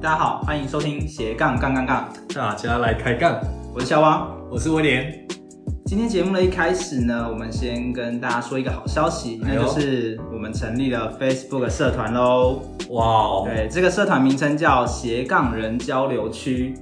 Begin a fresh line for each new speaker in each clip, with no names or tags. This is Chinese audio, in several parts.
大家好，欢迎收听斜杠杠杠杠，
大家来开杠，
我是小王。
我是威廉。
今天节目的一开始呢，我们先跟大家说一个好消息，
哎
那
呦
就是我们成立了 Facebook 社团喽。
哇哦，
对，这个社团名称叫斜杠人交流区。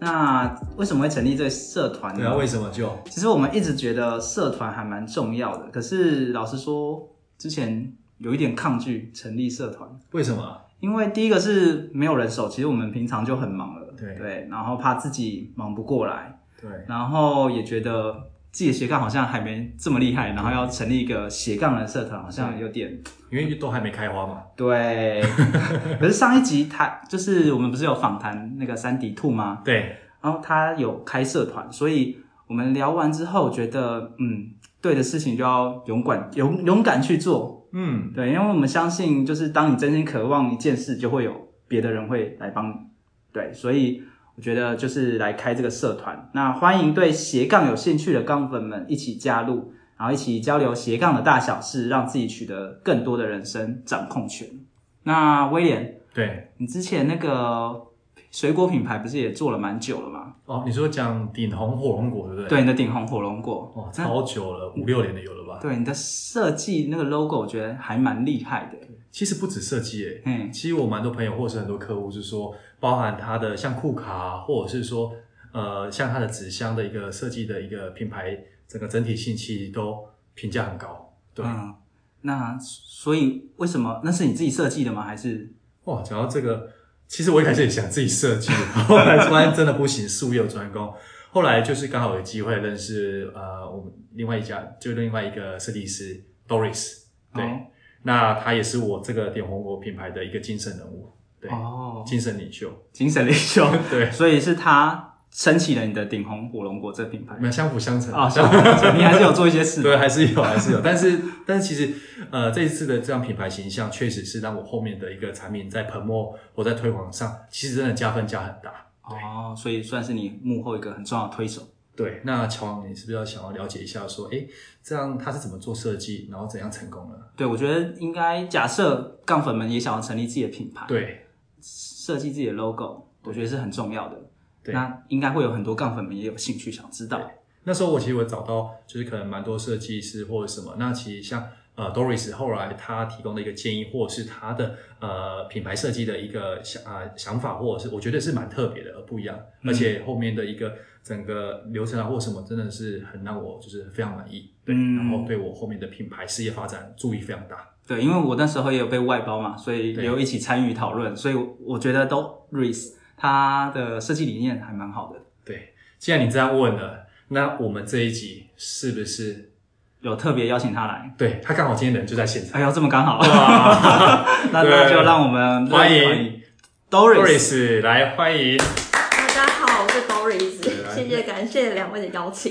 那为什么会成立这个社团
对啊，
呢？
为什么就
其实我们一直觉得社团还蛮重要的，可是老实说，之前有一点抗拒成立社团。
为什么啊？
因为第一个是没有人手，其实我们平常就很忙了，
对
然后怕自己忙不过来，
对，
然后也觉得自己的斜杠好像还没这么厉害，然后要成立一个斜杠的社团，好像有点
因为都还没开花嘛。
对。可是上一集他就是我们不是有访谈那个三 D 兔吗？
对，
然后他有开社团，所以我们聊完之后觉得，嗯，对的事情就要勇敢勇勇敢去做，
嗯，
对，因为我们相信，就是当你真心渴望一件事，就会有别的人会来帮你。对，所以我觉得就是来开这个社团，那欢迎对斜杠有兴趣的杠粉们一起加入，然后一起交流斜杠的大小事，让自己取得更多的人生掌控权。那威廉，
对。
你之前那个水果品牌不是也做了蛮久了吗？
哦，你说讲顶红火龙果对不对？。
对，你的顶红火龙果，
哦，
那
超久了，五六年的有了吧？
对你的设计那个 logo，我觉得还蛮厉害的。
其实不止设计诶，
嗯，
其实我蛮多朋友或是很多客户是说，包含他的像库卡，啊或者是说呃像他的纸箱的一个设计的一个品牌，整个整体性其实都评价很高。对，
嗯，那所以为什么那是你自己设计的吗？还是
哇，讲到这个，其实我一开始也想自己设计， 后来发现真的不行，术业有专攻。后来就是刚好有机会认识呃，我们另外一家就另外一个设计师 Doris，对，
哦
那他也是我这个点红果品牌的一个精神人物，对，
哦，
精神领袖，
精神领袖，
对，
所以是他撑起了你的顶红火龙果这品牌
我们相辅相成
啊，小 你还是有做一些事
对，
的，
还是有，还是有。但是，但是其实，呃，这一次的这样品牌形象，确实是让我后面的一个产品在喷墨或在推广上，其实真的加分加很大。
哦，所以算是你幕后一个很重要的推手。
对，那乔王，你是不是要想要了解一下，说，哎，这样他是怎么做设计，然后怎样成功了？
对，我觉得应该假设杠粉们也想要成立自己的品牌，
对，
设计自己的 logo，我觉得是很重要的。
对
那应该会有很多杠粉们也有兴趣想知道。
那时候我其实我找到，就是可能蛮多设计师或者什么。那其实像呃 Doris 后来他提供的一个建议，或者是他的呃品牌设计的一个想啊、想法，或者是我觉得是蛮特别的，而不一样。而且后面的一个整个流程啊或什么，真的是很让我就是非常满意。对，
嗯
然后对我后面的品牌事业发展助益非常大。
对，因为我那时候也有被外包嘛，所以也有一起参与讨论，所以我觉得都 Reese 他的设计理念还蛮好的，
对，既然你这样问了，那我们这一集是不是？
有特别邀请他来。
对他刚好今天人就在现
哎
场，
呦，这么刚好，
哇
那
啊对
那就让我们
欢迎
Doris。
Doris 来欢迎。
大家好，我是 Doris，
对
谢谢感谢两位的邀请。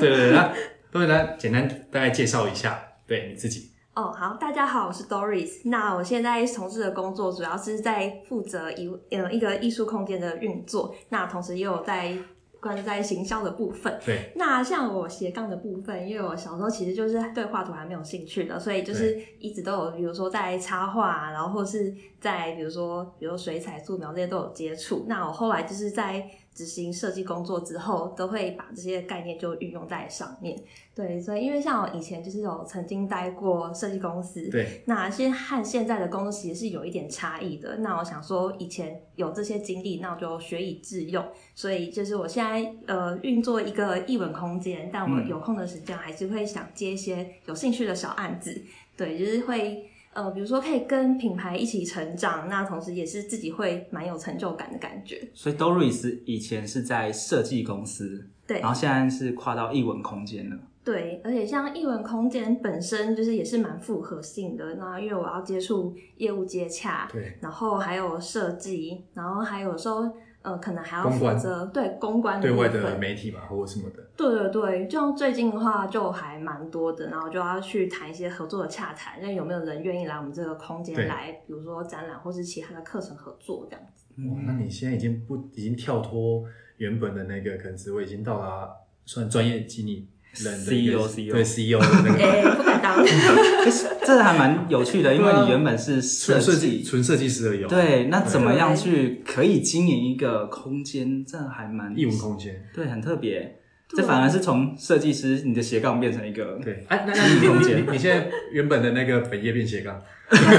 对 对对，那对来简单大概介绍一下，对你自己。
哦，好，大家好，我是 Doris。那我现在从事的工作主要是在负责一呃一个艺术空间的运作，那同时也有在关注在行销的部分。
对
那像我斜杠的部分，因为我小时候其实就是对画图还没有兴趣的，所以就是一直都有，比如说在插画，然后或是在比如说比如说水彩、素描这些都有接触。那我后来就是在执行设计工作之后，都会把这些概念就运用在上面。对，所以因为像我以前就是有曾经待过设计公司，
对
那现和现在的工作其实是有一点差异的。那我想说，以前有这些经历，那我就学以致用。所以就是我现在呃运作一个译文空间，但我
嗯
有空的时间还是会想接一些有兴趣的小案子。对，就是会呃，比如说可以跟品牌一起成长，那同时也是自己会蛮有成就感的感觉。
所以 Doris 以前是在设计公司，
对
然后现在是跨到艺文空间了。
对，而且像译文空间本身就是也是蛮复合性的。那因为我要接触业务接洽，
对
然后还有设计，然后还有时候呃，可能还要
公关
负责对公关的
对
部
外
分
的媒体嘛，或者什么的。
对对对，就像最近的话就还蛮多的，然后就要去谈一些合作的洽谈，那有没有人愿意来我们这个空
对
间来，比如说展览或是其他的课程合作这样子。
哇，
嗯
那你现在已经不已经跳脱原本的那个可能职位，已经到达算专业经理人的一个
CEO
E 对 CEO 的那个
哎、不敢当。
这还蛮有趣的，因为
对啊
你原本是设
纯设计
计，
纯设计师而已哦，，
对，那怎么样去可以经营一个空间，这还蛮
义文空间。
对，很特别。这
对
反而是从设计师你的斜杠变成一个
对，哎、那那你
空间
你你你现在原本的那个本业变斜杠，
好像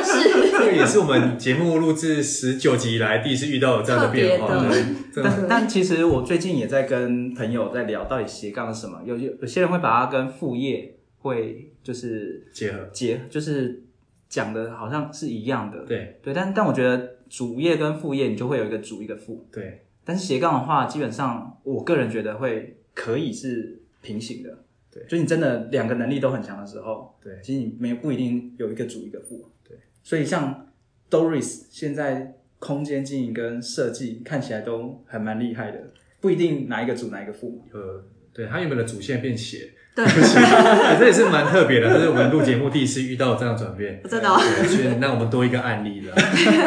哦是。
这 个也是我们节目录制十九集以来第一次遇到有这样的变化，
特别
对
的，
真的
但但其实我最近也在跟朋友在聊，到底斜杠是什么？有有有些人会把它跟副业会就是
结合，
结，就是讲的好像是一样的，
对
对。但但我觉得主业跟副业，你就会有一个主一个副。
对，
但是斜杠的话，基本上我个人觉得会可以是平行的，
对
就你真的两个能力都很强的时候，
对
其实你没有不一定有一个主一个副，
对。
所以像 Doris 现在空间经营跟设计看起来都还蛮厉害的，不一定哪一个主哪一个副。
呃，对，它原本的主线变斜，
对，
对这也是蛮特别的，这是我们录节目第一次遇到这样的转变，
真的哦
对，所以那我们多一个案例了。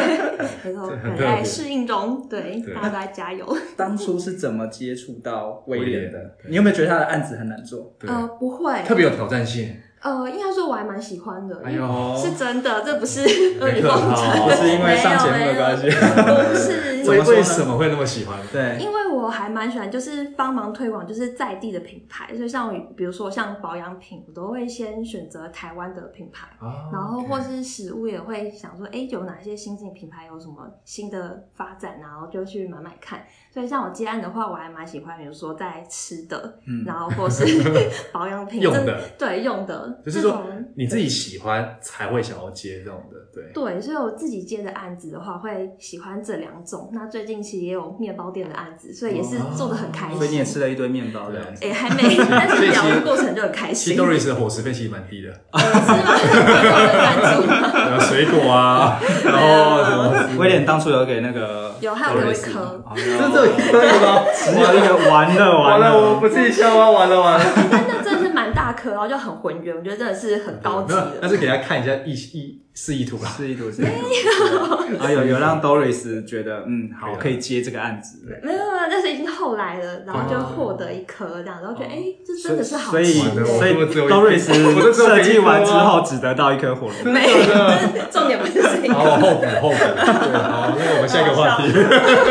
这很
没错，还
特别
在适应中，对，
对
大家都在加油。
当初是怎么接触到威廉
威廉
的？
对
你有没有觉得他的案子很难做？
对，
呃，不会，
特别有挑战性。
呃，应该说我还蛮喜欢的，
哎
因为
呦，
哦是真的，这不是阿
没
谀
客
奉
套，
承，
不是因为上节目的关系
没有没 有不是，
为
怎么说呢
为什么会那么喜欢？
对，
因为我还蛮喜欢，就是帮忙推广，就是在地的品牌，所以像我比如说像保养品，我都会先选择台湾的品牌，
哦
啊
然后
OK
或是食物也会想说，哎，有哪些新进品牌有什么新的发展，然后就去买买看。所以像我接案的话，我还蛮喜欢，比如说在吃的，
嗯
然后或是 保养品
用
这
的，
对用的，
就是
这
说
种
你自己喜欢才会想要接这种的，对。
对，所以我自己接的案子的话，会喜欢这两种。那最近其实也有面包店的案子，所以也是做的很开心。
所以你也吃了一堆面包
对
的。
哎、还没，但是聊的过程就很开
其
心。
实 Doris 的伙食费其实蛮低的，
呃是吗？我 有赞助
呃水果啊，然后什么之类的
威廉当初有给那个
有还有给我一
Doris
颗
哦
真的真的吗？
只有一个完了完
完了，
了，
我不自己笑吗？完了完了，
但那真的是蛮大颗，然后就很浑圆，我觉得真的是很高级
那 那
的。
是给大家看一下意意示意图啊吧。
是一坨 是一坨，啊有有让 Doris 觉得嗯好
对啊
可以接这个案子，
没有没有，没有但是已经后来了，然后就获得一颗这样，然后觉得哎、这真的是
哦
好
所以
吃
完了
耶。
所以
我这么只有一颗我这
Doris
只有一颗啊
设计完之后只得到一颗火龙，
没有，重点不是这
好，我
个，
后补后补。对，好，那我们下一个话题。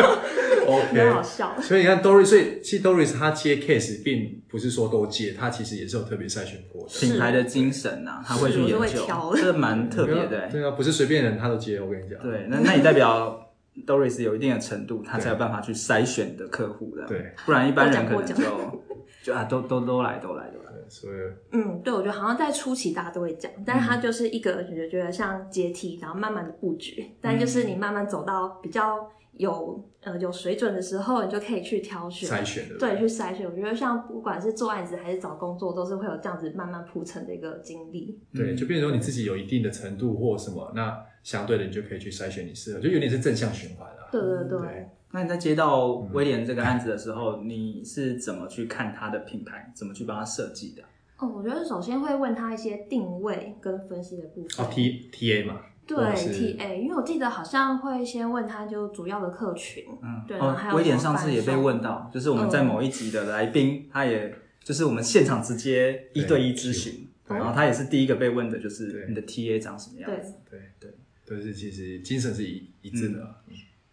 很
OK
好。笑。
所以你看 Doris，所以其实 Doris 他接 case 并不是说都接，他其实也是有特别筛选过的。
品牌的精神啊，他会去研
我是
究
会 挑，
这蛮特别的欸。
对啊，不是随便人他都接，我跟你讲。
对，那那你代表 Doris 有一定的程度，他才有办法去筛选的客户的，
对，
不然一般人可
过
能
奖
就就啊都都都来都来都来，
对所以
嗯，对，我觉得好像在初期大家都会讲，但
嗯
是它就是一个我觉得像阶梯，然后慢慢的布局，
嗯
但就是你慢慢走到比较有呃有水准的时候，你就可以去挑选，
筛选的。
对，去筛选。我觉得像不管是做案子还是找工作，都是会有这样子慢慢铺陈的一个经历。
对，就变成说你自己有一定的程度或什么，那相对的你就可以去筛选你适合，就有点是正向循环啊啦。
对对对，
嗯对
那你在接到
嗯
威廉这个案子的时候，你是怎么去看他的品牌，怎么去帮他设计的？
哦，我觉得首先会问他一些定位跟分析的部分。
哦，T T A 嘛，
对
或者是
T A，因为我记得好像会先问他就主要的客群，
嗯，
对然后
哦
还，有
威廉
什么
上次也被
贩售
问到，就是我们在
嗯
某一集的来宾，他也就是我们现场直接一对一咨询，
对
然后他也是第一个被问的，就
对
是你的 TA 长什么样
对
子？
对
对，
都是其实精神是一一致的啊。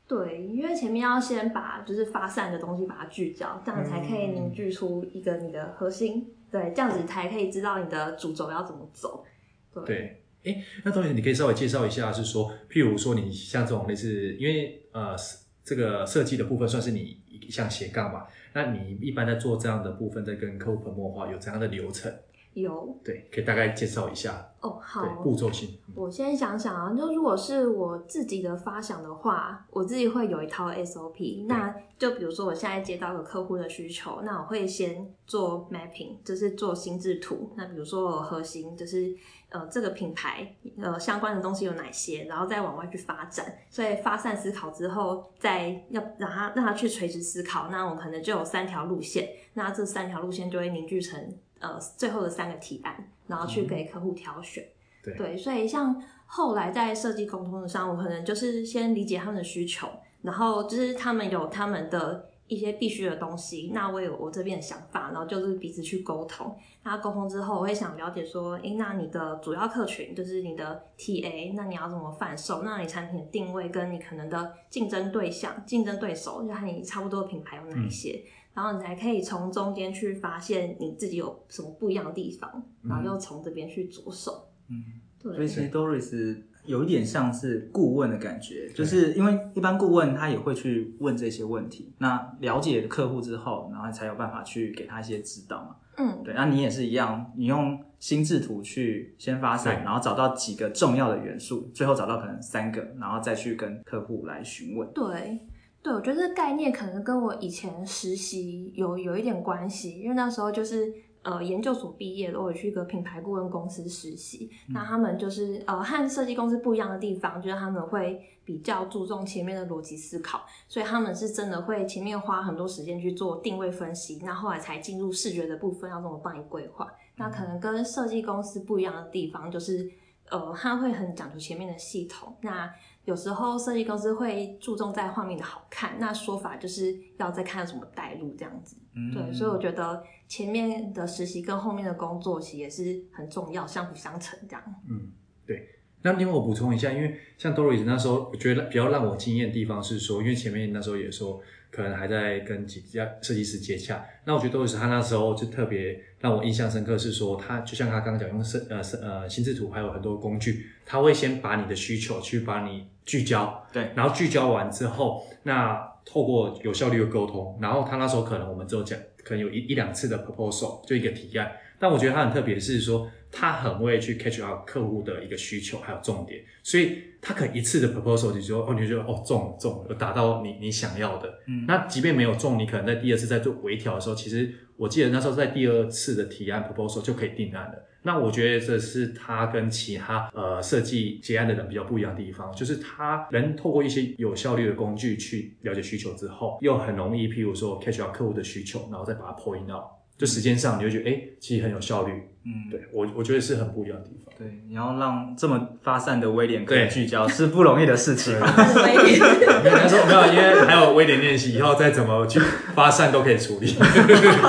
对，因为前面要先把就是发散的东西把它聚焦，这样才可以凝聚出一个你的核心。对，这样子才可以知道你的主轴要怎么走。对，
对，哎，那同学你可以稍微介绍一下，是说，譬如说你像这种类似，因为呃，这个设计的部分算是你一项斜杠嘛，那你一般在做这样的部分，在跟客户朋友的话，有怎样的流程？
有
对，可以大概介绍一下，
哦，好
对，，步骤性。嗯
我先想想啊，就如果是我自己的发想的话，我自己会有一套 SOP。那就比如说我现在接到个客户的需求，那我会先做 mapping，就是做心智图。那比如说我核心就是呃这个品牌呃相关的东西有哪些，然后再往外去发展。所以发散思考之后，再要让他让他去垂直思考，那我可能就有三条路线。那这三条路线就会凝聚成呃最后的三个提案，然后去给客户挑选。
对
对，所以像后来在设计沟通上，我可能就是先理解他们的需求，然后就是他们有他们的一些必须的东西，那我有我这边的想法，然后就是彼此去沟通。那沟通之后，我会想了解说，诶，那你的主要客群就是你的 TA，那你要怎么贩售？那你产品的定位跟你可能的竞争对象、竞争对手，就和你差不多的品牌有哪一些？然后你才可以从中间去发现你自己有什么不一样的地方，然后又从这边去着手。
嗯，
对，
所以其实 Doris 有一点像是顾问的感觉，就是因为一般顾问他也会去问这些问题，那了解客户之后，然后才有办法去给他一些指导嘛。
嗯，
对，那你也是一样，你用心智图去先发散，
嗯
对
然后找到几个重要的元素，最后找到可能三个，然后再去跟客户来询问。
对，对，我觉得这个概念可能跟我以前实习有有一点关系，因为那时候就是呃研究所毕业的，我有去一个品牌顾问公司实习，
嗯
那他们就是呃和设计公司不一样的地方，就是他们会比较注重前面的逻辑思考，所以他们是真的会前面花很多时间去做定位分析，那后来才进入视觉的部分，要怎么帮你规划。那可能跟设计公司不一样的地方就是，呃，它会很讲究前面的系统。那有时候设计公司会注重在画面的好看，那说法就是要再看怎么带入这样子。
嗯，
对，所以我觉得前面的实习跟后面的工作其实也是很重要，相辅相成这 样。
嗯，对。那另外我补充一下，因为像 Doris 那时候，我觉得比较让我惊艳的地方是说，因为前面那时候也说，可能还在跟几家设计师接洽。那我觉得 Doris 他那时候就特别让我印象深刻，是说他就像他刚刚讲，用设呃设呃心智图还有很多工具，他会先把你的需求去把你聚焦，
对，
然后聚焦完之后，那透过有效率的沟通，然后他那时候可能我们只有讲，可能有一一两次的 proposal 就一个提案，但我觉得他很特别，是说他很会去 catch up 客户的一个需求还有重点，所以他可能一次的 proposal 就说哦，你就觉得哦中了中了，有达到你你想要的。
嗯
那即便没有中，你可能在第二次在做微调的时候，其实我记得那时候在第二次的提案 proposal 就可以定案了。那我觉得这是他跟其他呃设计结案的人比较不一样的地方，就是他能透过一些有效率的工具去了解需求之后，又很容易，譬如说 catch up 客户的需求，然后再把它 point out，就时间上你会觉得哎、诶其实很有效率，
嗯，
对我，我觉得是很不一样的地方。
对，你要让这么发散的威廉可以
对
聚焦是不容易的事情。
所 以
没有，那时候没有，因为还有微点练习，以后再怎么去发散都可以处理。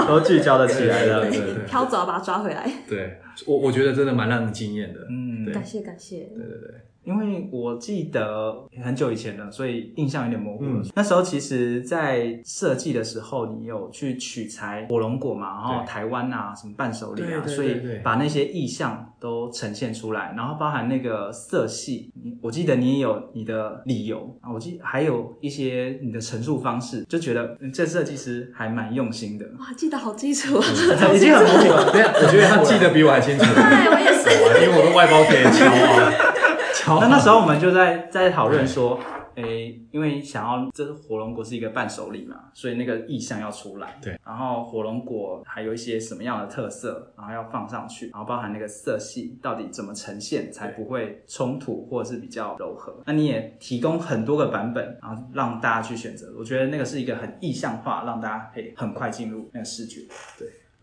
都聚焦了起来了
对。对对
挑走把它抓回来，
对，我我觉得真的蛮让人惊艳的。
嗯，
对
感谢感谢。
对对对，
因为我记得很久以前了，所以印象有点模糊了。
嗯
那时候其实，在设计的时候，你有去取材火龙果嘛，然后
对
台湾啊，什么伴手礼啊，
对对对
所以
对
把那些意象都呈现出来，然后包含那个色系，你我记得你也有你的理由啊，我记还有一些你的陈述方式，就觉得嗯这设计师还蛮用心 的，
哇，记得好基础啊！
已经很模糊了。
对啊， 我觉得他记得比我还清楚。
对，我也是。
因为我都外包给乔啊，乔
那那时
候
候我们就
哦
在在讨论说，诶、因为想要这是火龙果是一个伴手礼嘛，所以那个意象要出来。
对。
然后火龙果还有一些什么样的特色，然后要放上去，然后包含那个色系到底怎么呈现才不会冲突或者是比较柔和。那你也提供很多个版本，然后让大家去选择。我觉得那个是一个很意象化，让大家可以很快进入那个视觉。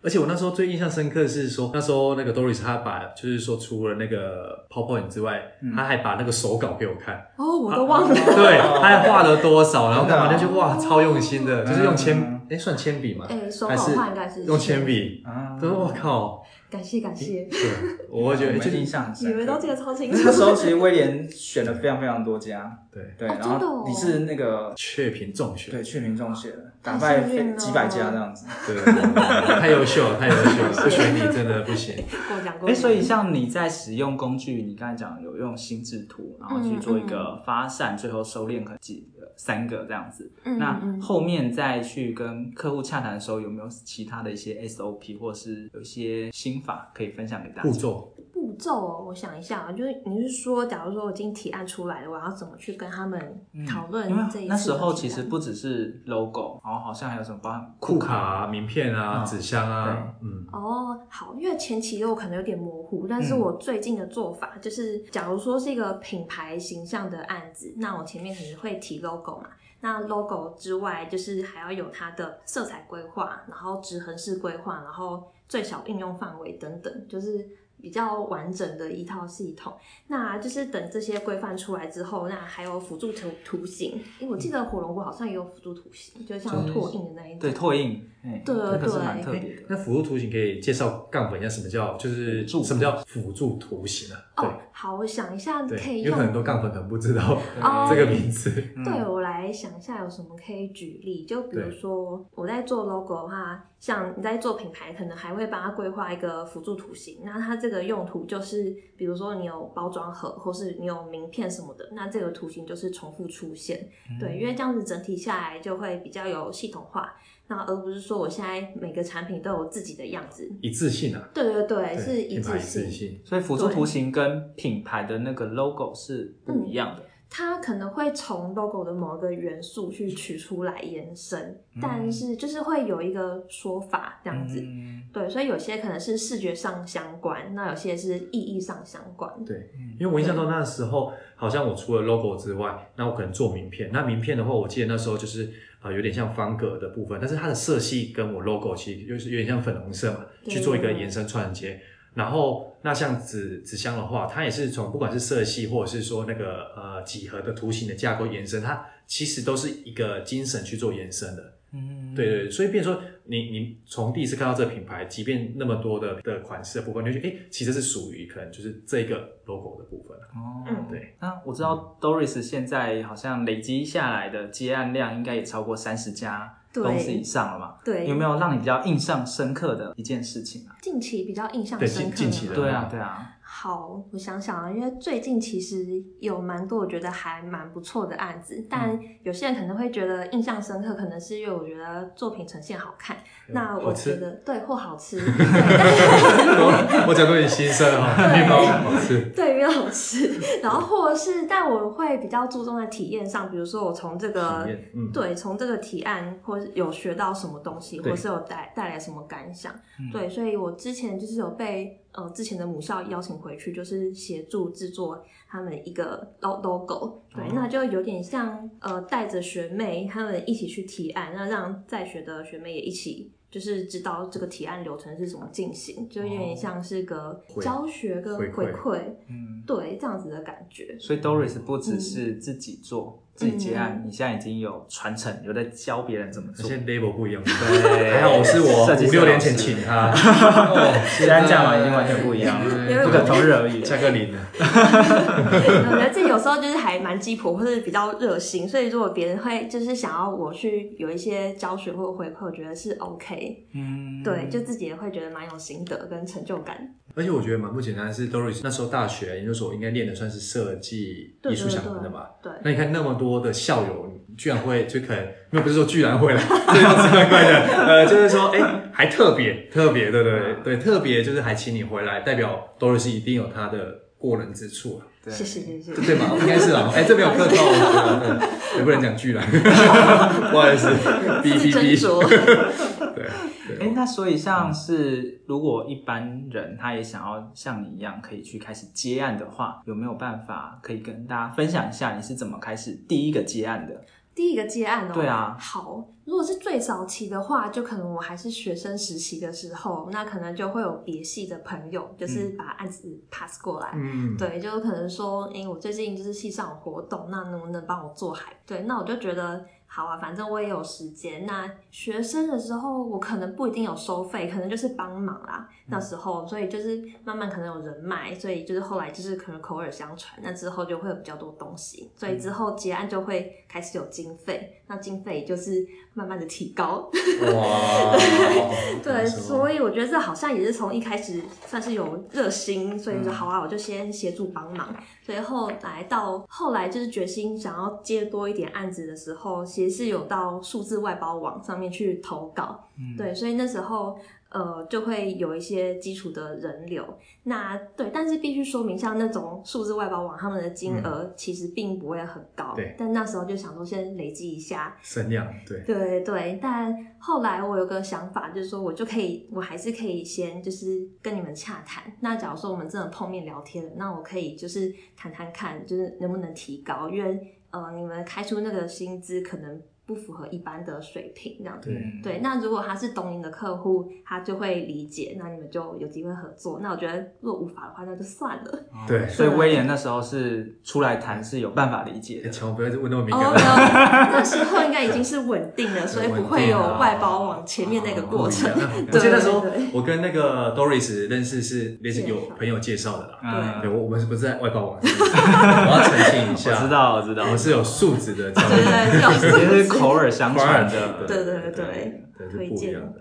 而且我那时候最印象深刻的是说，那时候那个 Doris 他把就是说除了那个 PowerPoint 之外，他还把那个手稿给我看，
哦，我都 忘了。
对，
哦
他还画了多少，然后干嘛？那
真
就哇，超用心的，就是用铅
啊嗯，
哎，算铅笔吗？
哎，手
还
稿
是
画应该是
用铅，笔。
啊
对，我靠，
感谢感谢。
哎
对，我会觉
我
得哎
们
这
印象很深刻。
你们都记得 超清楚。
那时候其实威廉选了非常非常多家。
对
对，
哦
然
真的
后
哦
你是那个
雀屏中选，
对去民众写的，打
太
败
幸运了哦
几百家这样子。
对，太优秀了，太优秀了，不选你真的不行。
跟我讲过。
哎，所以像你在使用工具，你刚才讲有用心智图，然后去
嗯
做一个发散，最后收敛和几个三个这样子。
嗯
那
嗯
后面再去跟客户洽谈的时候，有没有其他的一些 SOP 或是有一些心法可以分享给大家
步？骤，
步骤哦，我想一下啊，就是你是说，假如说我已经提案出来了，我要怎么去跟他们讨论
嗯因
这一次的提
为
案？
那时候其实不只是 logo，然后好像还有什么包含
库卡、啊、名片啊、
嗯
纸箱啊，嗯，
哦，好，因为前期我可能有点模糊，但是
嗯
我最近的做法就是，假如说是一个品牌形象的案子，那我前面可能会提 logo 嘛，那 logo 之外，就是还要有它的色彩规划，然后直横式规划，然后最小应用范围等等，就是比较完整的一套系统。那就是等这些规范出来之后，那还有辅助图图形，因为我记得火龙果好像也有辅助图形，就像
对
拓印的那一种。
对，拓印，哎，
对
那个是
对
蛮特
哎
别的。
那辅助图形可以介绍杠粉一下什么叫就是
辅助
什么叫辅助图形啊？
哦，好，我想一下，
对
可
对，
以
因为
用。
很多杠粉可能不知道
哦
这个名字。
嗯
对我来想一下有什么可以举例，就比如
对
说我在做 logo 的话，像你在做品牌，可能还会帮它规划一个辅助图形。那它这个用途就是，比如说你有包装盒，或是你有名片什么的，那这个图形就是重复出现。对，因为这样子整体下来就会比较有系统化，那而不是说我现在每个产品都有自己的样子。
一致性啊，
对对对，是一
品牌
致
一致
性。
性。
所以辅助图形跟品牌的那个 logo 是不一
嗯
样的。
它可能会从 logo 的某一个元素去取出来延伸，
嗯
但是就是会有一个说法这样子。
嗯
对，所以有些可能是视觉上相关，那有些是意义上相关。
对
嗯，
因为我印象中那时候好像我除了 logo 之外，那我可能做名片。那名片的话，我记得那时候就是呃有点像方格的部分，但是它的色系跟我 logo 其实就是有点像粉红色嘛，
对
去做一个延伸串接。然后那像纸纸箱的话，它也是从不管是色系或者是说那个呃几何的图形的架构延伸，它其实都是一个精神去做延伸的。
嗯
对对，对所以变成说你你从第一次看到这个品牌，即便那么多的的款式的部分，你就觉得哎，诶其实是属于可能就是这个 logo 的 部分啊
哦，
嗯
对，
那我知道 Doris 现在好像累积下来的接案量应该也超过三十家
对
公司以上了嘛？
对，
有没有让你比较印象深刻的一件事情啊？
近期比较印象
对
深刻
近近期的
对啊，对啊，
好，我想想啊，因为最近其实有蛮多我觉得还蛮不错的案子，但
嗯
有些人可能会觉得印象深刻，可能是因为我觉得作品呈现好看。那
好
我
吃
觉得对或好吃，对但是
我我讲啊过你心声哈，面包好吃，
对，比较好吃。 然后或者是，但我会比较注重在体验上，比如说我从这个
呃
体验嗯
对从这个提案，或是有学到什么东西，
对
或是有带带来什么感想。
嗯
对，所以我之前就是有被呃之前的母校邀请回去，就是协助制作他们一个 lo- logo。对，
哦
那就有点像呃带着学妹他们一起去提案，那让在学的学妹也一起。就是知道这个提案流程是怎么进行，就有
哦
点像是个
回
教学跟
回
回
馈
馈，
嗯，
对，这样子的感觉。
所以 Doris 不只是自己
嗯
做、自己接案，你现在已经有传承，有在教别人怎么
那
做。
些 label 不一样，
对
还好我是我
设计师
五六
老
年前
师
请 他，哦
现 在这样嘛已经完全不一样了
对
不可同日而语。
加个零了，
我觉得自己有时候就是还蛮鸡婆，或是比较热心，所以如果别人会就是想要我去有一些教学或回馈，我觉得是 OK，、
嗯，
对，就自己也会觉得蛮有心得跟成就感。
而且我觉得蛮不简单的是，Doris 那时候大学研究所应该练的算是设计
对
艺术
对
相
对
关的吧，
对，
那你看那么多的校友，居然会就可能没有不是说居然会 啦，这样子怪怪的，呃，就是说哎、还特别特别，对对对，特别就是还请你回来，代表 Doris 一定有他的过人之处啊，
对
谢谢谢谢。
对吧？应该是 啊，哎、这没有客套，我觉得对也不能讲居然， 不好意思，哔
自
哔
斟
哔，
酌，
对
哎、
对，
那所以像是如果一般人他也想要像你一样可以去开始接案的话，有没有办法可以跟大家分享一下你是怎么开始第一个接案的？
第一个接案哦，
对啊
好，如果是最早期的话，就可能我还是学生实习的时候，那可能就会有别系的朋友，
嗯
就是把案子 pass 过来，
嗯，
对，就可能说，诶，我最近就是系上有活动，那能不能帮我做海？对，那我就觉得好啊，反正我也有时间。那学生的时候，我可能不一定有收费，可能就是帮忙啦。那时候，所以就是慢慢可能有人脉，所以就是后来就是可能口耳相传，那之后就会有比较多东西，所以之后结案就会开始有经费，那经费就是慢慢的提高。
哇，
对，所
以
以我觉得这好像也是从一开始算是有热心，所以就好啊，我就先协助帮忙。所以后来到后来就是决心想要接多一点案子的时候，其实是有到数字外包网上面去投稿。
嗯，
对，所以那时候呃就会有一些基础的人流。那对，但是必须说明，像那种数字外包网，他们的金额其实并不会很高。
对
但那时候就想说先累积一下，
声量对。
对对，但后来我有个想法，就是说我就可以，我还是可以先就是跟你们洽谈。那假如说我们真的碰面聊天了，那我可以就是谈谈看，就是能不能提高，因为呃，你们开出那个薪资可能不符合一般的水平这样子。
对
对，那如果他是懂你的客户，他就会理解，那你们就有机会合作。那我觉得若无法的话，那就算了。
对哎
所以威廉那时候是出来谈是有办法理解
哎
的。
千万不要问那么敏
哦，
感
没有，那时候应该已经是稳定 了，所以不会
稳定
有
了哦
外包往前面那个过 程。
我记
对
得那时候
对对
我跟那个 Doris 认识是类似有
介绍
朋友介绍的啦。
嗯
对，我我们是不是在外包网站？ 我要澄清一
我
下，
知，道，我知道
我，们是有素质 的教
对
育，
对对，
也
就是
是口耳相传的。
对对对
对对，是
推
不一
荐
样的。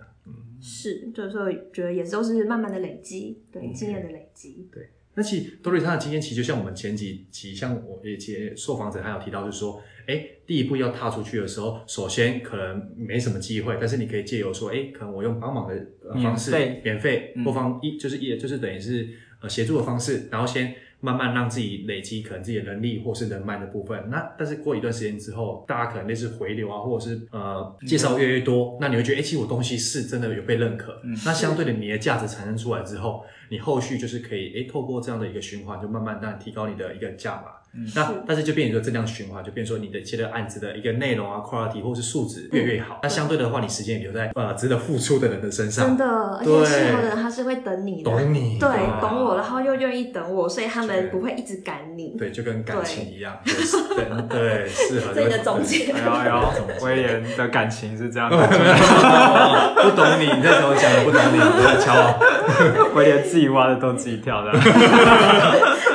是，就是说觉得也都是慢慢的累积，对
OK
经验的累积。
那其实 Doris 她的经验，其实就像我们前几集，像我也接受访者，他有提到，就是说，哎，第一步要踏出去的时候，首先可能没什么机会，但是你可以借由说，哎，可能我用帮忙的呃
免
方式，
费
免费
嗯
或方一就是也就是等于是呃协助的方式，然后先慢慢让自己累积可能自己的能力或是人脉的部分。那但是过一段时间之后，大家可能类似回流啊，或者是呃介绍越来越多，那你会觉得，哎，其实我东西是真的有被认可。
嗯
那相对的，你的价值产生出来之后，你后续就是可以，哎，透过这样的一个循环，就慢慢让你提高你的一个价码。
嗯
那
是
但是就变成说这样循环，就变成说你的接的案子的一个内容啊、quality 或是素质越来越好。那相对的话，你时间也留在呃值得付出的人的身
嗯真
上，
的，而且
对
适合的人他是会等你的，
懂你，
对，懂我，然后又愿意等我，所以他们不会一直赶你。
对，就跟感情一样，对对，适 合
所以你的总结
哎呦哎 呦，威廉的感情是这样的，
哦不懂你，你在跟我讲的不懂你，我敲 啊。
威廉自己挖的洞自己跳的。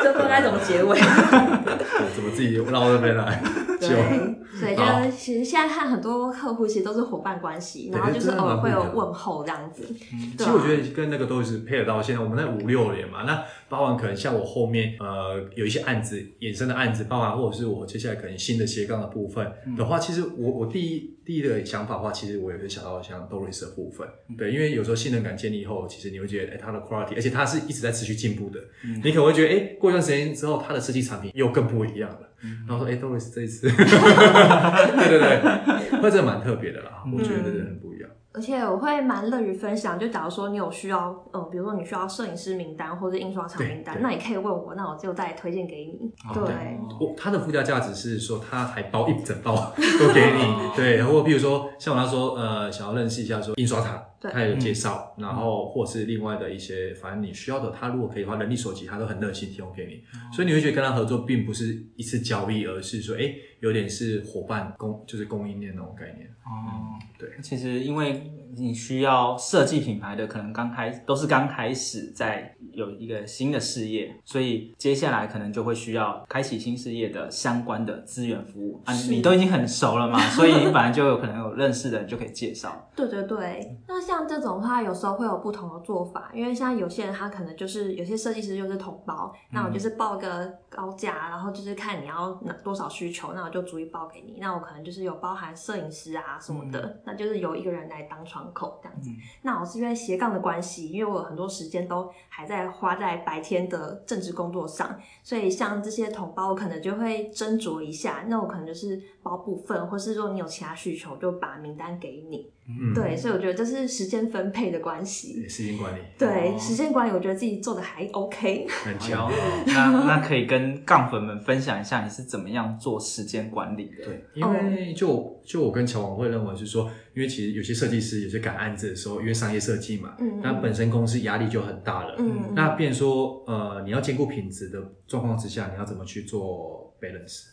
就不知道该怎么结尾。
对怎么自己绕到这边来？ 就
对，所以
好
就其实现在看很多客户其实都是伙伴关系，
对
然后就是
真的
偶
蛮
尔
不一
会
样
有
的嗯
问候这样子。
其
对
实我觉
啊
得跟那个都是配得到。现在我们那五六年嘛，那包含可能像我后面呃有一些案子衍生的案子，包含或者是我接下来可能新的斜杠的部分
嗯
的话，其实我我第一第一个想法的话，其实我也是想到像 Doris 的部分，
嗯
对，因为有时候信任感建立后，其实你会觉得哎、他的 quality，而且他是一直在持续进步的，
嗯
你可能会觉得哎、过一段时间之后，他的设计产品又更不一样了。
嗯
然后说，哎、d o r i s 这一次， 对对对，会真的蛮特别的啦，我觉得
嗯
真的很不一样。
而且我会蛮乐于分享，就假如说你有需要，嗯、比如说你需要摄影师名单或者印刷厂
对
名单
对，哦
那你可以问我，那我就再推荐给你。对，
哦
我它的附加价值是说，它还包一整包 都给你，
哦
对，或譬如说，像我那时候呃，想要认识一下说印刷厂，
对
他有介绍，
嗯
然后或是另外的一些，反正你需要的，他如果可以的话，人力所及，他都很热心提供给你，
哦
所以你会觉得跟他合作并不是一次交易，而是说，哎，有点是伙伴供，就是供应链那种概念，
哦，
嗯对，
其实因为你需要设计品牌的，可能刚开都是刚开始在有一个新的事业，所以接下来可能就会需要开启新事业的相关的资源服务啊。
是
你都已经很熟了嘛，所以你本来就有可能有认识的人就可以介绍。
对对对，那像这种的话，有时候会有不同的做法，因为像有些人他可能就是有些设计师就是统包，那我就是报个高价，然后就是看你要拿多少需求，那我就逐一报给你。那我可能就是有包含摄影师啊什么的，
嗯
那就是由一个人来当窗口这样子。那我是因为斜杠的关系，因为我有很多时间都还在花在白天的正职工作上，所以像这些统包，我可能就会斟酌一下，那我可能就是包部分，或是说你有其他需求，就把名单给你。
嗯，
对，所以我觉得这是时间分配的关系。
也是因管理
对，时间管理，我觉得自己做的还 OK。
很
哎
强
呦。，那那可以跟杠粉们分享一下你是怎么样做时间管理的。
对，因为
哦
就就我跟乔王会认为是说，因为其实有些设计师有些赶案子的时候，因为商业设计嘛，
嗯，
那本身公司压力就很大了。
嗯，
那变成说，呃，你要兼顾品质的状况之下，你要怎么去做 balance？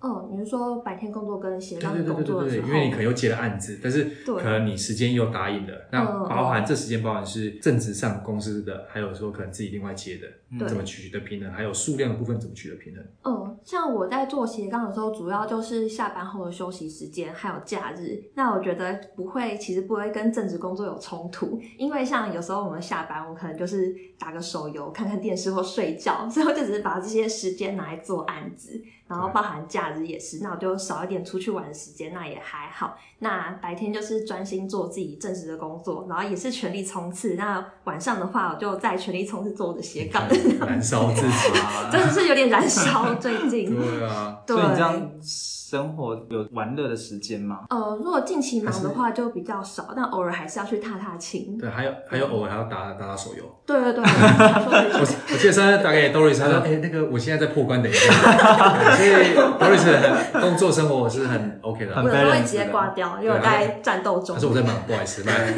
哦，你是说白天工作跟斜
对
杠
对对对
工作
对
的
对对，
时候，
因为你可能又接了案子，但是
对嗯
可能你时间又答应了，那包含这时间包含是政治上公司的，还有说可能自己另外接的，嗯
对
怎么取得平衡，还有数量的部分怎么取得平衡？
嗯，像我在做斜杠的时候，主要就是下班后的休息时间，还有假日。那我觉得不会，其实不会跟正职工作有冲突，因为像有时候我们下班，我可能就是打个手游、看看电视或睡觉， 所以我就只是把这些时间拿来做案子，然后包含假日也是。那我就少一点出去玩的时间，那也还好。那白天就是专心做自己正职的工作，然后也是全力冲刺。那晚上的话，我就再全力冲刺做我的斜 杠，
燃烧自己。
啊
真的是有点燃烧最 近。
对啊，
对，
所以你这样生活有玩乐的时间吗？
呃，如果近期忙的话就比较少，但偶尔还是要去踏踏青。
对，还有还有偶尔还要打打打手游。
对对对，小时候
我
就是
我我记得上次打给 Doris，他说：“哎、那个我现在在破关，等一下。 对”所以 Doris 很工作生活是很 OK 的
很
我
啊。
有时候会
balance
直接
的
挂掉，因为我
对啊
在战斗中
他。说我在忙，不好意思，拜。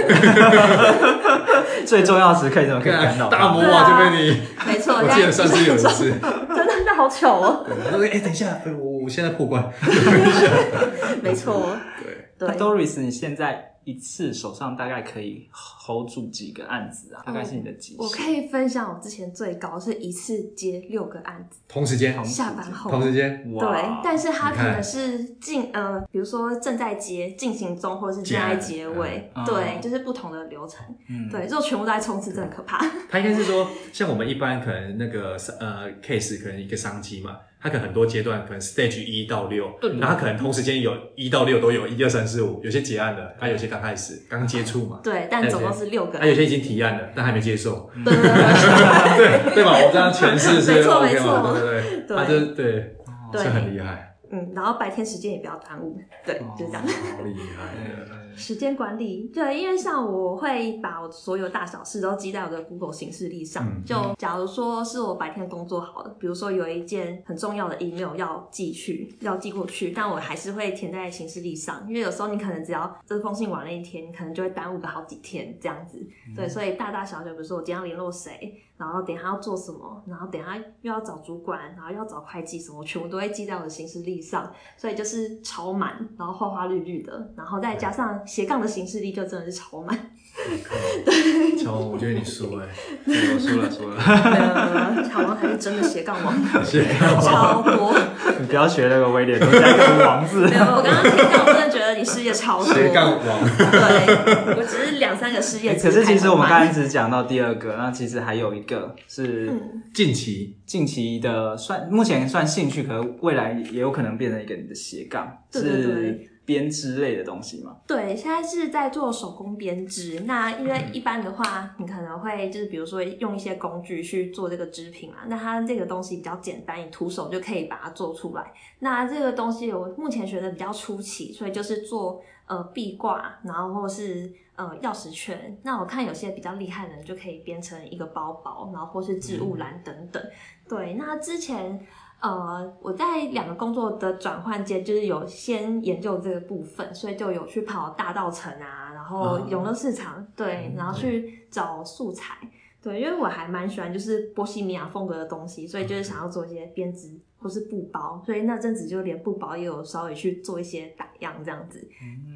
最重要时刻怎么可以干扰
啊大
他？
魔王就被你，
没错，
我记得
在
上次有一次，
真的真啊的好糗 哦。
对他说：“哎、等一下，呃我我现在破关。
没错，”
对，
对
那。Doris，你现在一次手上大概可以 hold 住几个案子啊？大概是你的极
我
限。
可以分享我之前最高是一次接六个案子，
同时间，
下班后。
同时间，
哇哦
对，但是他
你
可
看
能是进呃，比如说正在结进行中，或者是正在结尾，
嗯
对，
嗯
就是不同的流程。
嗯
对，如果全部都在冲刺，真的可怕。
他应该是说，像我们一般可能那个呃 case 可能一个商机嘛，它可能很多阶段，可能 stage 一到六，
对
然后它可能同时间有一到六都有，一二三四五，有些结案了，它有些刚开始刚接触嘛，
对，但总共是六个
它。有些已经提案了，但还没接 受，
对对对
对对吧？我这样诠释是
没错
OK
没
嘛？对
错
对对，
对
他就对，
对
是哦很厉害，
嗯，然后白天时间也不要耽误，对，就是这样。
好厉害的，
时间管理，对，因为像我会把我所有大小事都记在我的 Google 行事历上。
嗯
就假如说是我白天工作好了，比如说有一件很重要的 email 要寄去，要寄过去，但我还是会填在行事历上，因为有时候你可能只要这封信晚了一天，你可能就会耽误个好几天这样子。对，所以大大小小，比如说我今天要联络谁，然后等一下要做什么，然后等一下又要找主管，然后又要找会计什么，我全部都会记在我的行事历上。所以就是超满，然后花花绿绿的，然后再加上斜杠的形式力，就真的是 超满，
乔文，我觉得你哎输了，
对我输了输了，
呃，好像才是真的斜杠王，
谢谢。
超多。
你不要学那个威廉，都加一个王哎字
没。有，我刚刚听到，我真的觉得你事业超多。
斜杠王，
对，我只是两三个事业。
可是其实我们刚
刚
才只讲到第二个，那其实还有一个
嗯
是
近期
近期的算目前算兴趣，可能未来也有可能变成一个你的斜杠，
对对对
是编织类的东西嘛？
对，现在是在做手工编织。那因为一般的话，你可能会就是比如说用一些工具去做这个织品啊，那它这个东西比较简单，你徒手就可以把它做出来。那这个东西我目前学的比较初期，所以就是做呃壁挂，然后或是呃钥匙圈。那我看有些比较厉害的人就可以编成一个包包，然后或是置物篮等等。对，那之前呃，我在两个工作的转换间，就是有先研究这个部分，所以就有去跑大道城啊，然后
啊
永乐市场，对，然后去找素材。对，因为我还蛮喜欢就是波西米亚风格的东西，所以就是想要做一些编织或是布包，所以那阵子就连布包也有稍微去做一些打样这样子。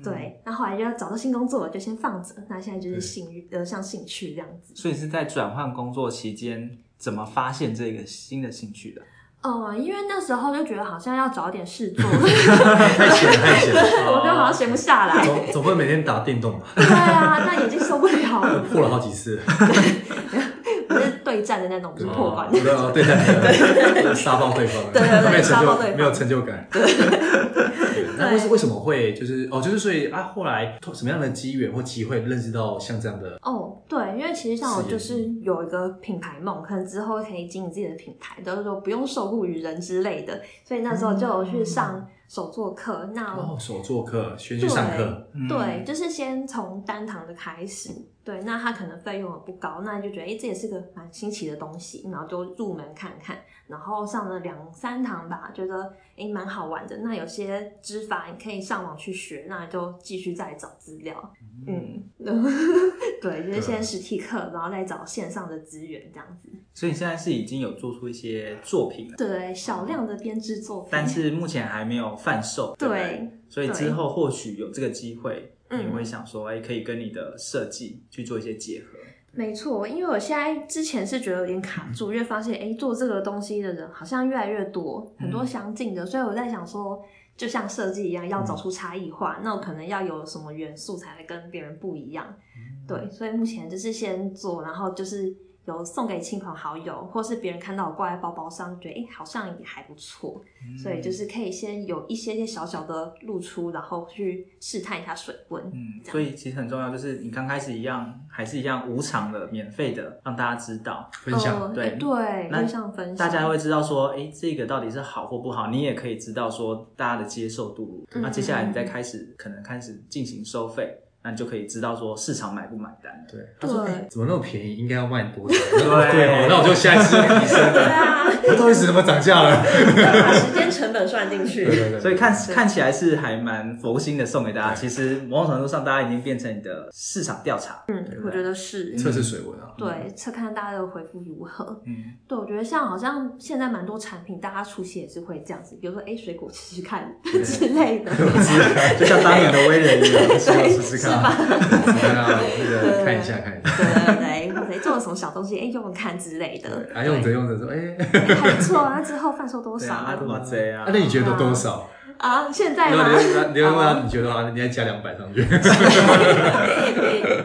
对，那后来就要找到新工作，就先放着。那现在就是兴趣，呃，像兴趣这样子。
所以是在转换工作期间，怎么发现这个新的兴趣的？
嗯，因为那时候就觉得好像要找点事做，
太闲了太 闲了，
我就好像闲不下来。
总总不能每天打电动吧？
对啊，那眼睛受不了了，
破了好几次，
我是对战的那种，不是破关的。
对啊，对对对，杀爆对方，
对对对
没有成
杀爆
就
对方
没有成就感。对 那为什为什么会就是哦，就是所以啊，后来什么样的机缘或机会认识到像这样的
哦，对，因为其实像我
事业
就是有一个品牌梦，可能之后可以经营自己的品牌，都是说不用受雇于人之类的，所以那时候就有去上手作课。那
哦手作课，先去上课，
嗯
对，，就是先从单堂的开始。对，那它可能费用也不高，那就觉得哎、诶这也是个蛮新奇的东西，然后就入门看看。然后上了两三堂吧，觉得哎蛮、好玩的。那有些织法你可以上网去学，那就继续再找资料。嗯， 对，啊就是先实体课，然后再找线上的资源这样子。
所以你现在是已经有做出一些作品了，
对，少量的编织作品。
但是目前还没有贩售，对不对
对，
所以
对
之后或许有这个机会，
嗯
你会想说，哎，可以跟你的设计去做一些结合。
没错，因为我现在之前是觉得有点卡
嗯
住，因为发现哎，诶做这个东西的人好像越来越多，很
嗯
多相近的，所以我在想说，就像设计一样，要
嗯
找出差异化，那我可能要有什么元素才会跟别人不一样。
嗯
对，所以目前就是先做，然后就是有送给亲朋好友，或是别人看到我挂在包包上，觉得哎，诶好像也还不错，
嗯
所以就是可以先有一些些小小的露出，然后去试探一下水温。
嗯，
这样
所以其实很重要，就是你刚开始一样，还是一样无偿的、免费的，让大家知道，
分享
呃
对
诶对，
那
分享分享，
大家会知道说，哎，这个到底是好或不好，你也可以知道说大家的接受度。
嗯
那接下来你再开始，可能开始进行收费，那你就可以知道说市场买不买单。
对，他说：“
对
哎，怎么那么便宜？应该要卖多少？” 对
对
哦，那我就下一次提升
对
了。
啊，
我到底是怎么涨价了？
要把时间成本算进
对
去。
对对，
所以看
对
看起来是还蛮佛心的，送给大家。其实某种程度上，大家已经变成你的市场调查。
嗯，我觉得是。
测试水温啊，
对，测看大家的回复如何。
嗯，
对，我觉得像好像现在蛮多产品，大家出席也是会这样子，比如说哎、诶水果吃吃看之类 的，
就像当年的威人一 样。
试
对，
试
是
试看
吧
啊？对啊，那个
对
看一下 看一下。
对对对，或者诶做了什么小东西，哎、用用看之类的，
还用着用着说，哎，
诶还不错啊。那之后贩售多
对
少
啊，
啊？
哇塞啊
啊！那你觉得多少？
啊，现在
然
吗
后？你就你就问他，你觉得啊，你再 加两百上去。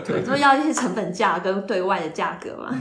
对，就要一些成本价跟对外的价格嘛。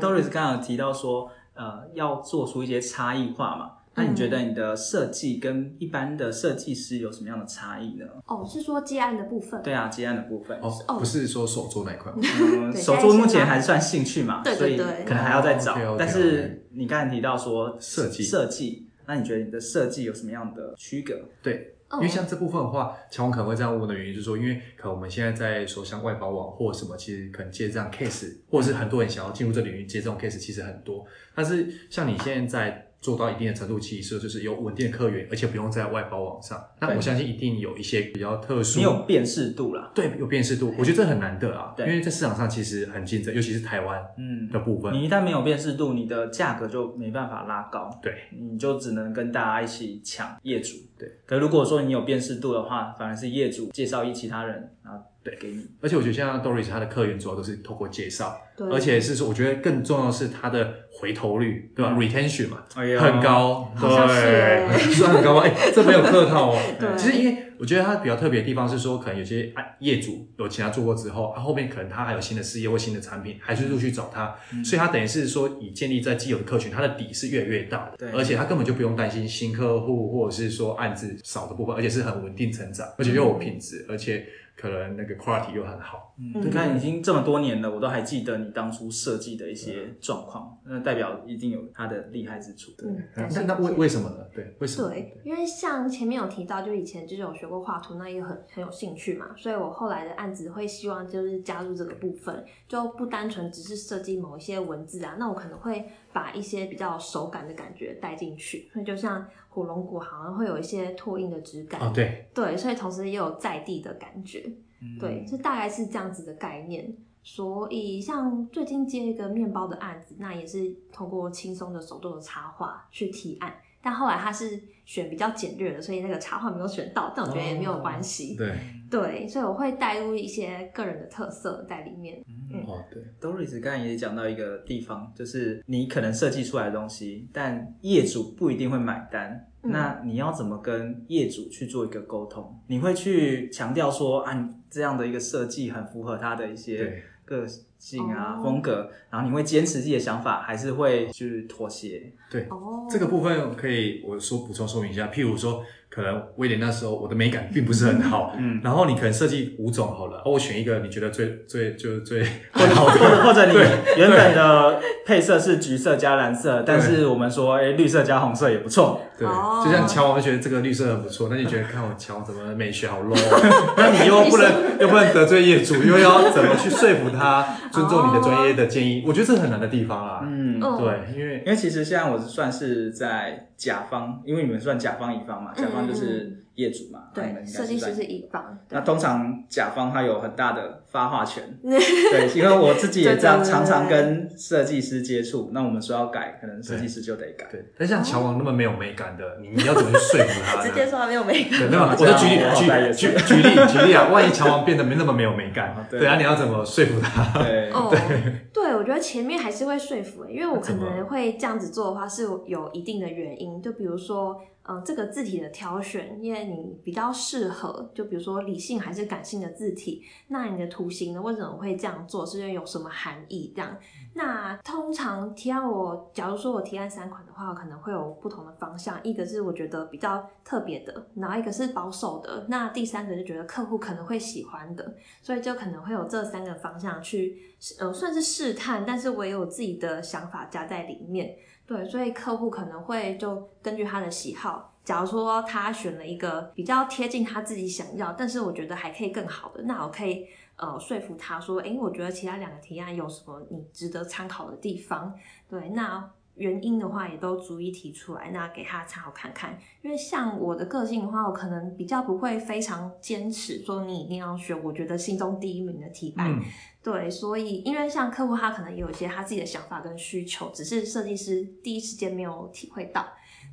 Doris 刚刚有提到说，呃，要做出一些差异化嘛。那你觉得你的设计跟一般的设计师有什么样的差异呢？
哦，是说接案的部分。
对啊，接案的部分，
哦，不是说手做那一块吗，
嗯，
对
手作目前还算兴趣嘛，
对对对
所以可能还要再找。
哦，OK，OK，OK
但是你刚才提到说
设计
设计，那你觉得你的设计有什么样的区隔？
对，哦
哦
因为像这部分的话，乔王可能会这样问的原因，就是说，因为可能我们现在在说像外包网或什么，其实可能接这样 case，或者是很多人想要进入这领域接这种 case，其实很多。但是像你现在做到一定的程度，其实就是有稳定的客源，而且不用在外包网上。那我
对
相信一定有一些比较特殊，
你有辨识度啦，
对有辨识度，我觉得这很难得啊，因
对
为在市场上其实很竞争，尤其是台湾
嗯
的，部分。
你一旦没有辨识度，你的价格就没办法拉高，
对，
你就只能跟大家一起抢业主。
对，
可如果说你有辨识度的话，反而是业主介绍一其他人，然后对给你。
而且我觉得现在 Doris 他的客源主要都是透过介绍，
嗯
对
而且是说我觉得更重要的是他的回头率，对吧、
嗯
r e t e n t i o n 嘛，
哎呀
很高，
好像是耶
对，算很高吗？哎、这没有客套哦。
对
其实因为我觉得它比较特别的地方是说，可能有些啊业主有请他做过之后，啊他、后面可能他还有新的事业或新的产品，还是陆续找他，
嗯
所以他等于是说以建立在既有的客群，他的底是越来越大的，
对
而且他根本就不用担心新客户或者是说案子少的部分，而且是很稳定成长，而且又有品质，而且可能那个 quality 又很好。
嗯
你看，已经这么多年了，我都还记得你当初设计的一些状况，那代表一定有它的厉害之处。
嗯，感谢
那那为为什么呢？对，为什么？
对，因为像前面有提到，就以前就是有学过画图，那也很很有兴趣嘛，所以我后来的案子会希望就是加入这个部分，就不单纯只是设计某一些文字啊，那我可能会把一些比较手感的感觉带进去，所以就像火龙果好像会有一些拓印的质感，
哦，对，
对，所以同时也有在地的感觉，
嗯
对，就大概是这样子的概念。所以像最近接一个面包的案子，那也是通过轻松的手动的插画去提案，但后来他是选比较简略的，所以那个插画没有选到，但我觉得也没有关系。
哦对，
对，所以我会带入一些个人的特色在里面。
哦，对，
Doris 刚才也讲到一个地方，就是你可能设计出来的东西，但业主不一定会买单。
嗯
那你要怎么跟业主去做一个沟通？你会去强调说啊，你这样的一个设计很符合他的一些
对
个性啊、
哦
风格，然后你会坚持自己的想法，还是会去妥 协？
对，
哦，
这个部分可以我说补充说明一下，譬如说，可能威廉那时候我的美感并不是很好，
嗯
然后你可能设计五种好了，哦，我选一个你觉得最最就是 最最好
或
的，
者或者你
对
原本的配色是橘色加蓝色，但是我们说，哎、绿色加红色也不错。
对，
哦
就像乔王会觉得这个绿色很不错，那你觉得看我乔王怎么美学好 low，那你又不能又不能得罪业主，又要怎么去说服他 尊重你的专业的建议？我觉得这很难的地方啦，
哦嗯
嗯
对，因为
因为其实现在我是算是在甲方，因为你们算甲方乙方嘛，
嗯
甲方就是业主嘛，那你们应
对，
该
设计师
算
是一方，对
那通常甲方他有很大的发话 权，对，因为我自己也这样
对对对对
常常跟设计师接触，那我们说要改，可能设计师就得改。
对，但像乔王那么没有美感的，你你要怎么去说服他呢？
直接说他没有美 感。
对，没有，我啊就
这
举例
样我好歹也
举
是
举举例举例啊，万一乔王变得没那么没有美感，
对
对啊，你要怎么说服他？
对，
哦， 对，我觉得前面还是会说服、欸，因为我可能会这样子做的话是有一定的原因，就比如说，嗯、这个字体的挑选，因为你比较适合，就比如说理性还是感性的字体，那你的图形呢，为什么会这样做，是因为有什么含义这样。那通常提案我，假如说我提案三款的话，可能会有不同的方向，一个是我觉得比较特别的，然后一个是保守的，那第三个就觉得客户可能会喜欢的，所以就可能会有这三个方向去，呃，算是试探，但是我也有自己的想法加在里面。对，所以客户可能会就根据他的喜好假如说他选了一个比较贴近他自己想要，但是我觉得还可以更好的，那我可以呃说服他说，诶，我觉得其他两个提案有什么你值得参考的地方？对，那原因的话也都逐一提出来，那给他参考看看。因为像我的个性的话，我可能比较不会非常坚持说你一定要选我觉得心中第一名的提案。
嗯，
对，所以因为像客户他可能也有一些他自己的想法跟需求，只是设计师第一时间没有体会到，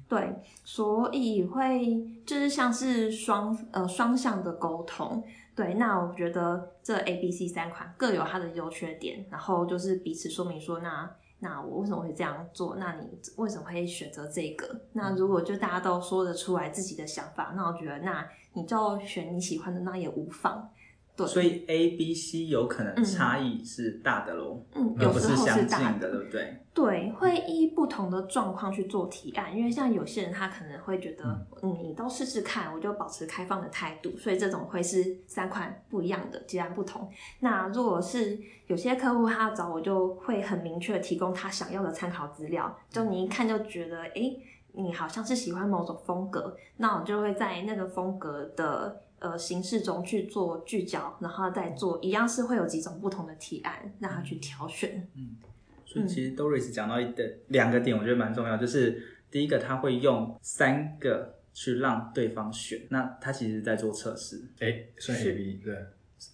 对，所以会就是像是双呃双向的沟通。对，那我觉得这 A、B、C 三款各有它的优缺点，然后就是彼此说明说那。那我为什么会这样做？那你为什么会选择这个？那如果就大家都说得出来自己的想法，那我觉得那你就选你喜欢的，那也无妨。对，
所以 A、B、C 有可能
嗯
差异是大的喽，
嗯，
而
有
不
时
是
候
相
大
近的，对不对？
对，会依不同的状况去做提案，因为像有些人他可能会觉得，嗯，你都试试看，我就保持开放的态度，所以这种会是三款不一样的，截然不同。那如果是有些客户他找我，就会很明确地提供他想要的参考资料，就你一看就觉得，诶，你好像是喜欢某种风格，那我就会在那个风格的。呃，形式中去做聚焦，然后再做一样是会有几种不同的提案，让他去挑选。
所以其实 Doris 讲到一点两个点，我觉得蛮重要，就是第一个他会用三个去让对方选，那他其实在做测试
哎，算
是
A B 对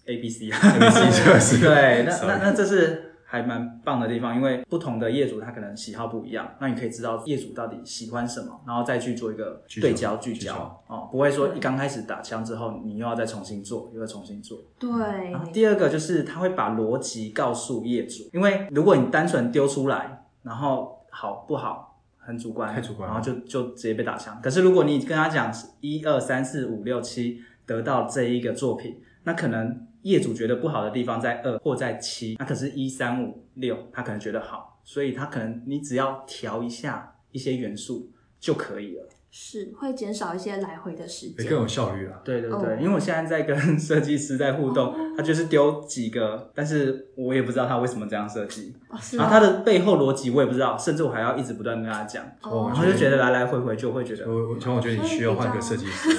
A、B、C 啊
A B C 测试，
对，那
Sorry
那那这是还蛮棒的地方，因为不同的业主他可能喜好不一样，那你可以知道业主到底喜欢什么，然后再去做一个
聚焦
对焦聚
聚
焦
焦
哦，不会说一刚开始打枪之后，你又要再重新做，又要重新做。
对，
然后第二个就是他会把逻辑告诉业主，因为如果你单纯丢出来，然后好不好很主观，
太主观了
然后就就直接被打枪。可是如果你跟他讲一二三四五六七得到这一个作品，那可能业主觉得不好的地方在二或在七，那可是一三五六他可能觉得好，所以他可能你只要调一下一些元素就可以了。
是会减少一些来回的时
也
间
更。有效率啊啦。
对对对，
哦
因为我现在在跟设计师在互动，
哦
他就是丢几个，但是我也不知道他为什么这样设计，
哦，是
啊
然后他的背后逻辑我也不知道，甚至我还要一直不断地跟他讲，
哦
然
哦嗯
后就觉得来来回回就会觉得
我我像我觉得你需要换个设计师，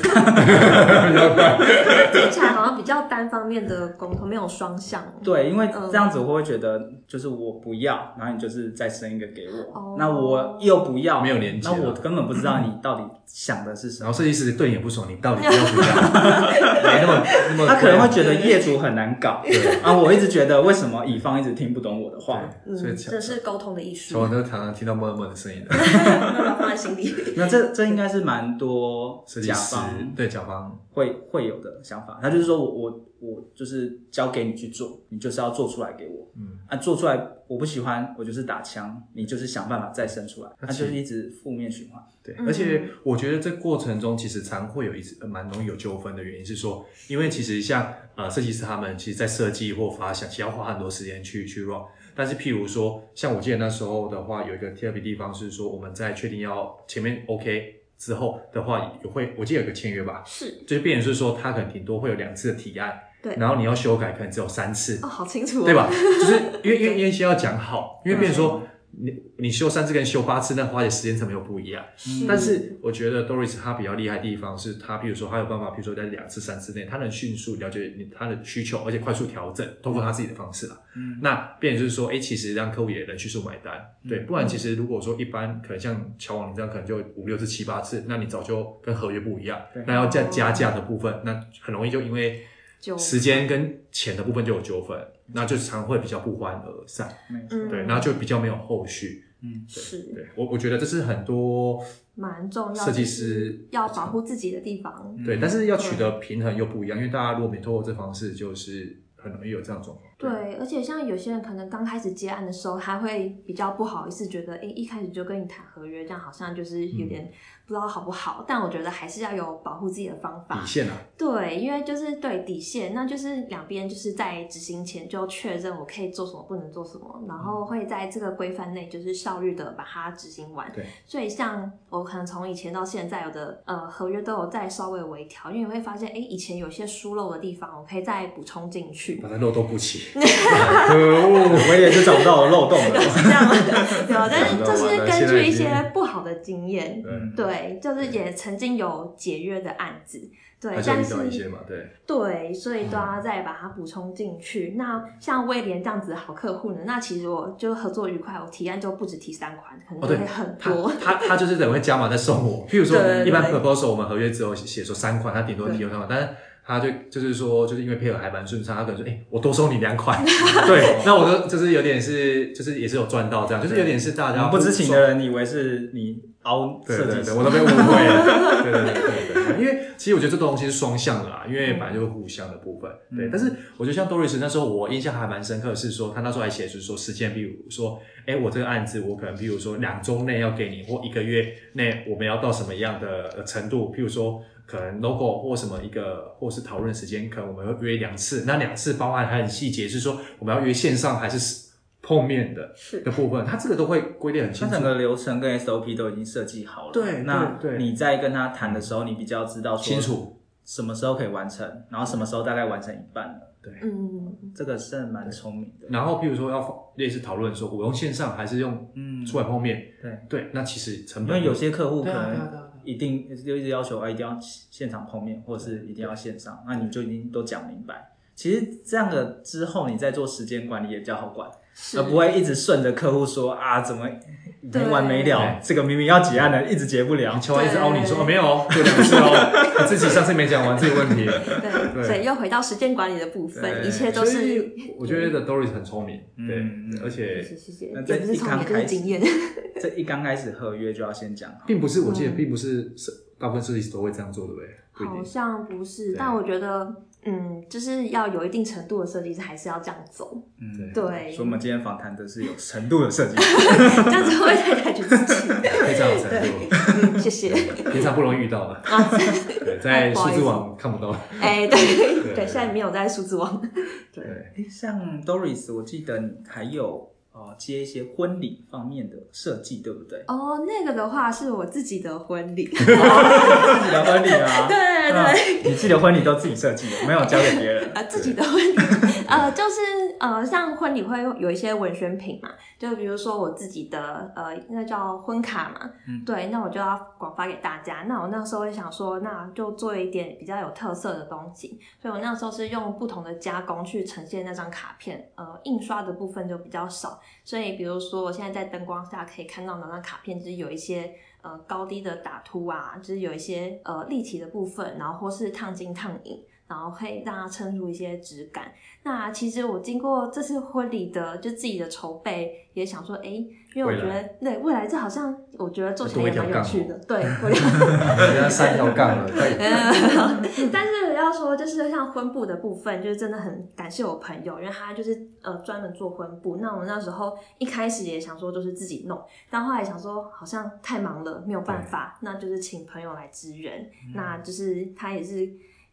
听起来好像比较单方面的沟通，没有双向。哦
对，因为这样子我会觉得就是我不要，然后你就是再生一个给我，
嗯哦
那我又不要，
没有连接
那
了嗯
我根本不知道你到底想的是什
然后
么。
设计师对你也不爽，你到底要 不要？没那么那么，
他可能会觉得业主很难搞
对
啊！我一直觉得为什么乙方一直听不懂我的话，
对，啊所以
嗯，
常
这是沟通的艺术，
常常都常常听到默默的声音的
没有放 在心里。
那这这应该是蛮多
设计
甲
师
方，
对甲方
会会有的想法。他就是说我我我就是交给你去做，你就是要做出来给我。
嗯
啊，做出来我不喜欢，我就是打枪，你就是想办法再生出来，那
那
就
其实
是一直负面循环。
对，
嗯
而且我觉得这过程中其实常会有一次呃蛮容易有纠纷的原因是说，因为其实像呃设计师他们其实在设计或发想，其实要花很多时间去去 run。但是譬如说，像我记得那时候的话，有一个特别地方是说，我们在确定要前面 OK 之后的话，也会我记得有个签约吧，
是，
就是变成是说他可能顶多会有两次的提案，
对
然后你要修改可能只有三次，
哦，好清楚、哦，
对？ 吧？就是因为因为因为先要讲好，因为变成说
嗯
你你修三次跟修八次，那花的时间成本又不一样。嗯
嗯
但是我觉得 Doris 她比较厉害的地方是，她比如说她有办法，比如说在两次、三次内，她能迅速了解你她的需求，而且快速调整，通过她自己的方式啦。
嗯
那变成就是说，哎、其实让客户也能迅速买单，对，不然其实如果说一般可能像乔王你这样，可能就五六次、七八次，那你早就跟合约不一样
对，
那要再加价的部分，那很容易就因为
就
时间跟钱的部分就有纠纷，那就常会比较不欢而散，
没错，
嗯，
对，那就比较没有后续，
是
对我我觉得这是很多。
蛮重要，
设计师嗯
要保护自己的地方。
对，但是要取得平衡又不一样，因为大家如果没透过这方式，就是很容易有这样的状况。
对，而且像有些人可能刚开始接案的时候，还会比较不好意思，觉得哎、诶一开始就跟你谈合约，这样好像就是
嗯
有点不知道好不好。但我觉得还是要有保护自己的方法
底，线啊，
对，因为就是对底线，那就是两边就是在执行前就确认我可以做什么，不能做什么，然
嗯
后会在这个规范内就是效率的把它执行完。
对，
所以像我可能从以前到现在，有的呃合约都有再稍微微调，因为你会发现，哎，以前有些疏漏的地方，我可以再补充进去。
把它漏洞补齐。
可恶，我也是找不到我的漏洞
嗯
了。
是 这样吗？对啊，但是这是根据
现在
一
已
些
经嗯
不好的经验，
对，
对，就是也曾经有解约的案子，对
还，是有
但
遇到一
是
些嘛，对，
对，所以都
嗯
要再把它补充进去。那像威廉这样子的好客户呢，那其实我就合作愉快，我提案就不止提三款，可能
哦
就
对
会很
他
多。
他他就是等会加码再送我。譬如说
对，对
一般
对
proposal 我们合约只有写说三款，他顶多提供三款，但是他就就是说，就是因为配合还蛮顺畅，他可能说，哎、我多收你两 款。对，那我就就是有点是，就是也是有赚到这样，就是有点是大
然
家
后不知情
爽
的人以为是你凹
对
设计
对对，
师，
我都被误会 了。对对对对对，因为其实我觉得这东西是双向的啦，因
嗯
为本来就是互相的部分。对，但是我觉得像 Doris 那时候，我印象还蛮深刻的是说，他那时候还写就是说时间，比如说，哎，我这个案子我可能比如说两周内要给你，或一个月内我们要到什么样的呃程度，譬如说。可能 logo 或什么一个，或是讨论时间，可能我们会约两次。那两次包含还很细节，是说我们要约线上还是碰面的
是
的部分，它这个都会规定很清
它整
楚。
个流程跟 SOP 都已经设计好了。
对
那
对对
你在跟他谈的时候，你比较知道说
清楚，
什么时候可以完成，然后什么时候大概完成一半了。
嗯，
这个是蛮聪明的。
然后，譬如说要类似讨论说，我用线上还是用
嗯
出来碰面？
对
对，那其实成
因
本
为有些客户可
对啊对啊
能
对啊
一定就是要求啊，一定要现场碰面，或者是一定要线上，那你就已经都讲明白。其实这样的之后，你再做时间管理也比较好管，
是
而不会一直顺着客户说啊，怎么没完没了
对，
这个明明要结案的，一直结不了
你。敲完一直凹你说
对
哦没有哦，对，不是哦，你自己上次没讲完这个问题。
对，
对
所以又回到时间管理的部分，
对
一切都
所
是
以我觉得 Doris 很聪明，
嗯
对，而
谢
且
谢谢谢，也
那
不是
在一
从
刚
你就是
开始
经验，
这一刚开始合约就要先讲好。
并不是，我记得并不是是大部分设计师都会这样做，对不对？不一
好
定。
像不是，
对
但我觉得。嗯，就是要有一定程度的设计师还是要这样走，
嗯，
对
所以我们今天访谈的是有深度的设计师。
这样子会太抬举自己。
非常有程度，
嗯，谢谢。
平常不容易遇到的，
啊，
对，在
不好
数
意思
字网看不到。
哎，对
对
对，现在没有在数字网。？
对，
诶像 Doris，我记得你还有呃接一些婚礼方面的设计，对不 对
哦，那个的话是我自己的婚礼。
自己的婚礼啊，
对对
嗯，你自己的婚礼都自己设计的，没有交给别人。
啊，自己的婚 礼，呃，就是呃，像婚礼会有一些文宣品嘛，就比如说我自己的呃，那叫婚卡嘛，
嗯
对，那我就要广发给大家。那我那时候也想说，那就做一点比较有特色的东西，所以我那时候是用不同的加工去呈现那张卡片，呃，印刷的部分就比较少，所以比如说我现在在灯光下可以看到那张卡片，就是有一些。呃，高低的打凸啊，就是有一些呃立体的部分，然后或是烫金烫影，然后可以让它衬出一些质感。那其实我经过这次婚礼的就自己的筹备，也想说，哎，因为我觉
未
得对未来这好像我觉得做起来
多一
也蛮
条
有
杠
趣
哦
的，对，我觉得
人家三条杠了， 对
但是要说，就是像婚布的部分，就是真的很感谢我朋友，因为他就是呃专门做婚布。那我们那时候一开始也想说都是自己弄，但后来想说好像太忙了，没有办法，那就是请朋友来支援。那就是他也是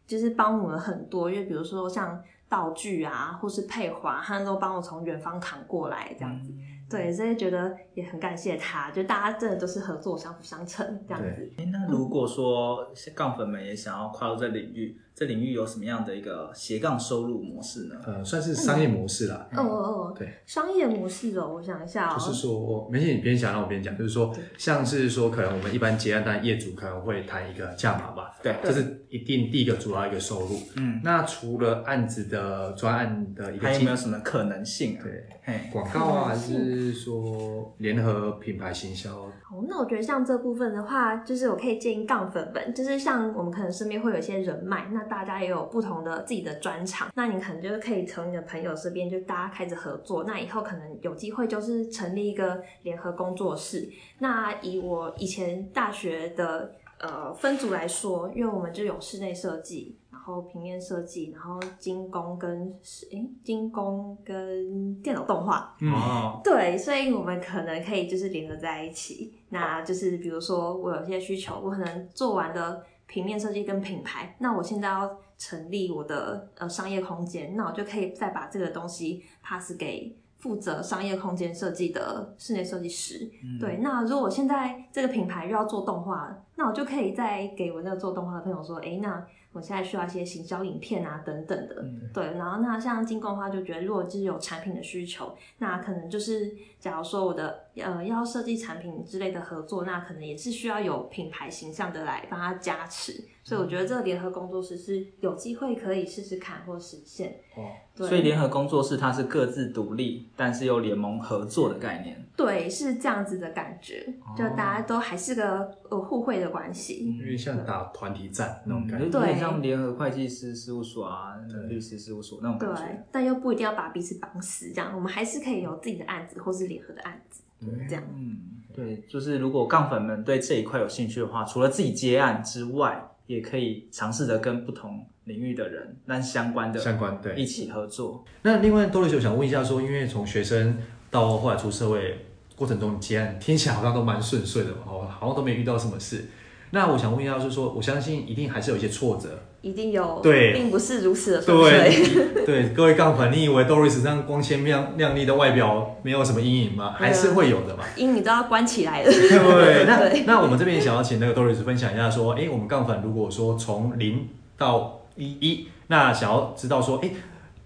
就是帮我们很多，因为比如说像道具啊，或是配花，他都帮我从远方扛过来这样
嗯
子。对，所以觉得也很感谢他，就大家真的都是合作，相辅相成这样子。
诶那如果说杠粉们也想要跨入这领域，这领域有什么样的一个斜杠收入模式呢？
呃，算是商业模式啦，
哦哦哦，
对。
商业模式哦，我想一下哦，
就是说，没事，你边想让我边讲，就是说，像是说，可能我们一般结案，但业主可能会谈一个价码嘛，
对
这是一定第一个主要一个收入。
嗯，
那除了案子的专案的一个
还有
经
没有什么可能性啊？
对
嘿，
广告啊，还是说联合品牌行销？哦
好，那我觉得像这部分的话，就是我可以建议杠粉们，就是像我们可能身边会有一些人脉，那大家也有不同的自己的专长，那你可能就是可以从你的朋友身边就大家开始合作，那以后可能有机会就是成立一个联合工作室。那以我以前大学的呃分组来说，因为我们就有室内设计。然后平面设计，然后精工跟诶精工跟电脑动画，
哦，
对，所以我们可能可以就是联合在一起。那就是比如说，我有些需求，我可能做完了平面设计跟品牌，那我现在要成立我的呃商业空间，那我就可以再把这个东西 pass 给负责商业空间设计的室内设计师。
嗯
对，那如果现在这个品牌又要做动画了，那我就可以再给我那个做动画的朋友说，哎，那我现在需要一些行销影片啊等等的。
嗯
对，然后那像金工的话，就觉得如果就是有产品的需求，那可能就是假如说我的呃要设计产品之类的合作，那可能也是需要有品牌形象的来帮他加持。所以我觉得这个联合工作室是有机会可以试试看或实现。
哦，
对，
所以联合工作室它是各自独立，但是又联盟合作的概念。
对是这样子的感觉，
哦
就大家都还是个呃互惠的关系。
因为像打团体战
嗯
那种感
有
觉，
点
对
像联合会计师事务所啊、律师事务所那种
对
感觉。，
但又不一定要把彼此绑死，这样我们还是可以有自己的案子或是联合的案子，这样。
嗯，对，就是如果杠粉们对这一块有兴趣的话，除了自己接案之外，也可以尝试着跟不同领域的人、但相关的
相关对
一起合作。
那另外多瑞我想问一下说因为从学生到后来出社会过程中，你接案听起来好像都蛮顺遂的嘛，哦，好像都没遇到什么事。那我想问一下，就是说，我相信一定还是有一些挫折，
一定有，
对
并不是如此的纯粹。
对 对，各位杠粉，你以为 Doris 这样光鲜亮亮丽的外表没有什么阴影吗？还是会有的嘛。
因你都要关起来了。
对，
对
那那我们这边也想要请那个 Doris 分享一下，说，哎，我们杠粉如果说从零到一一，那想要知道说，哎，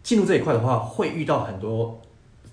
进入这一块的话，会遇到很多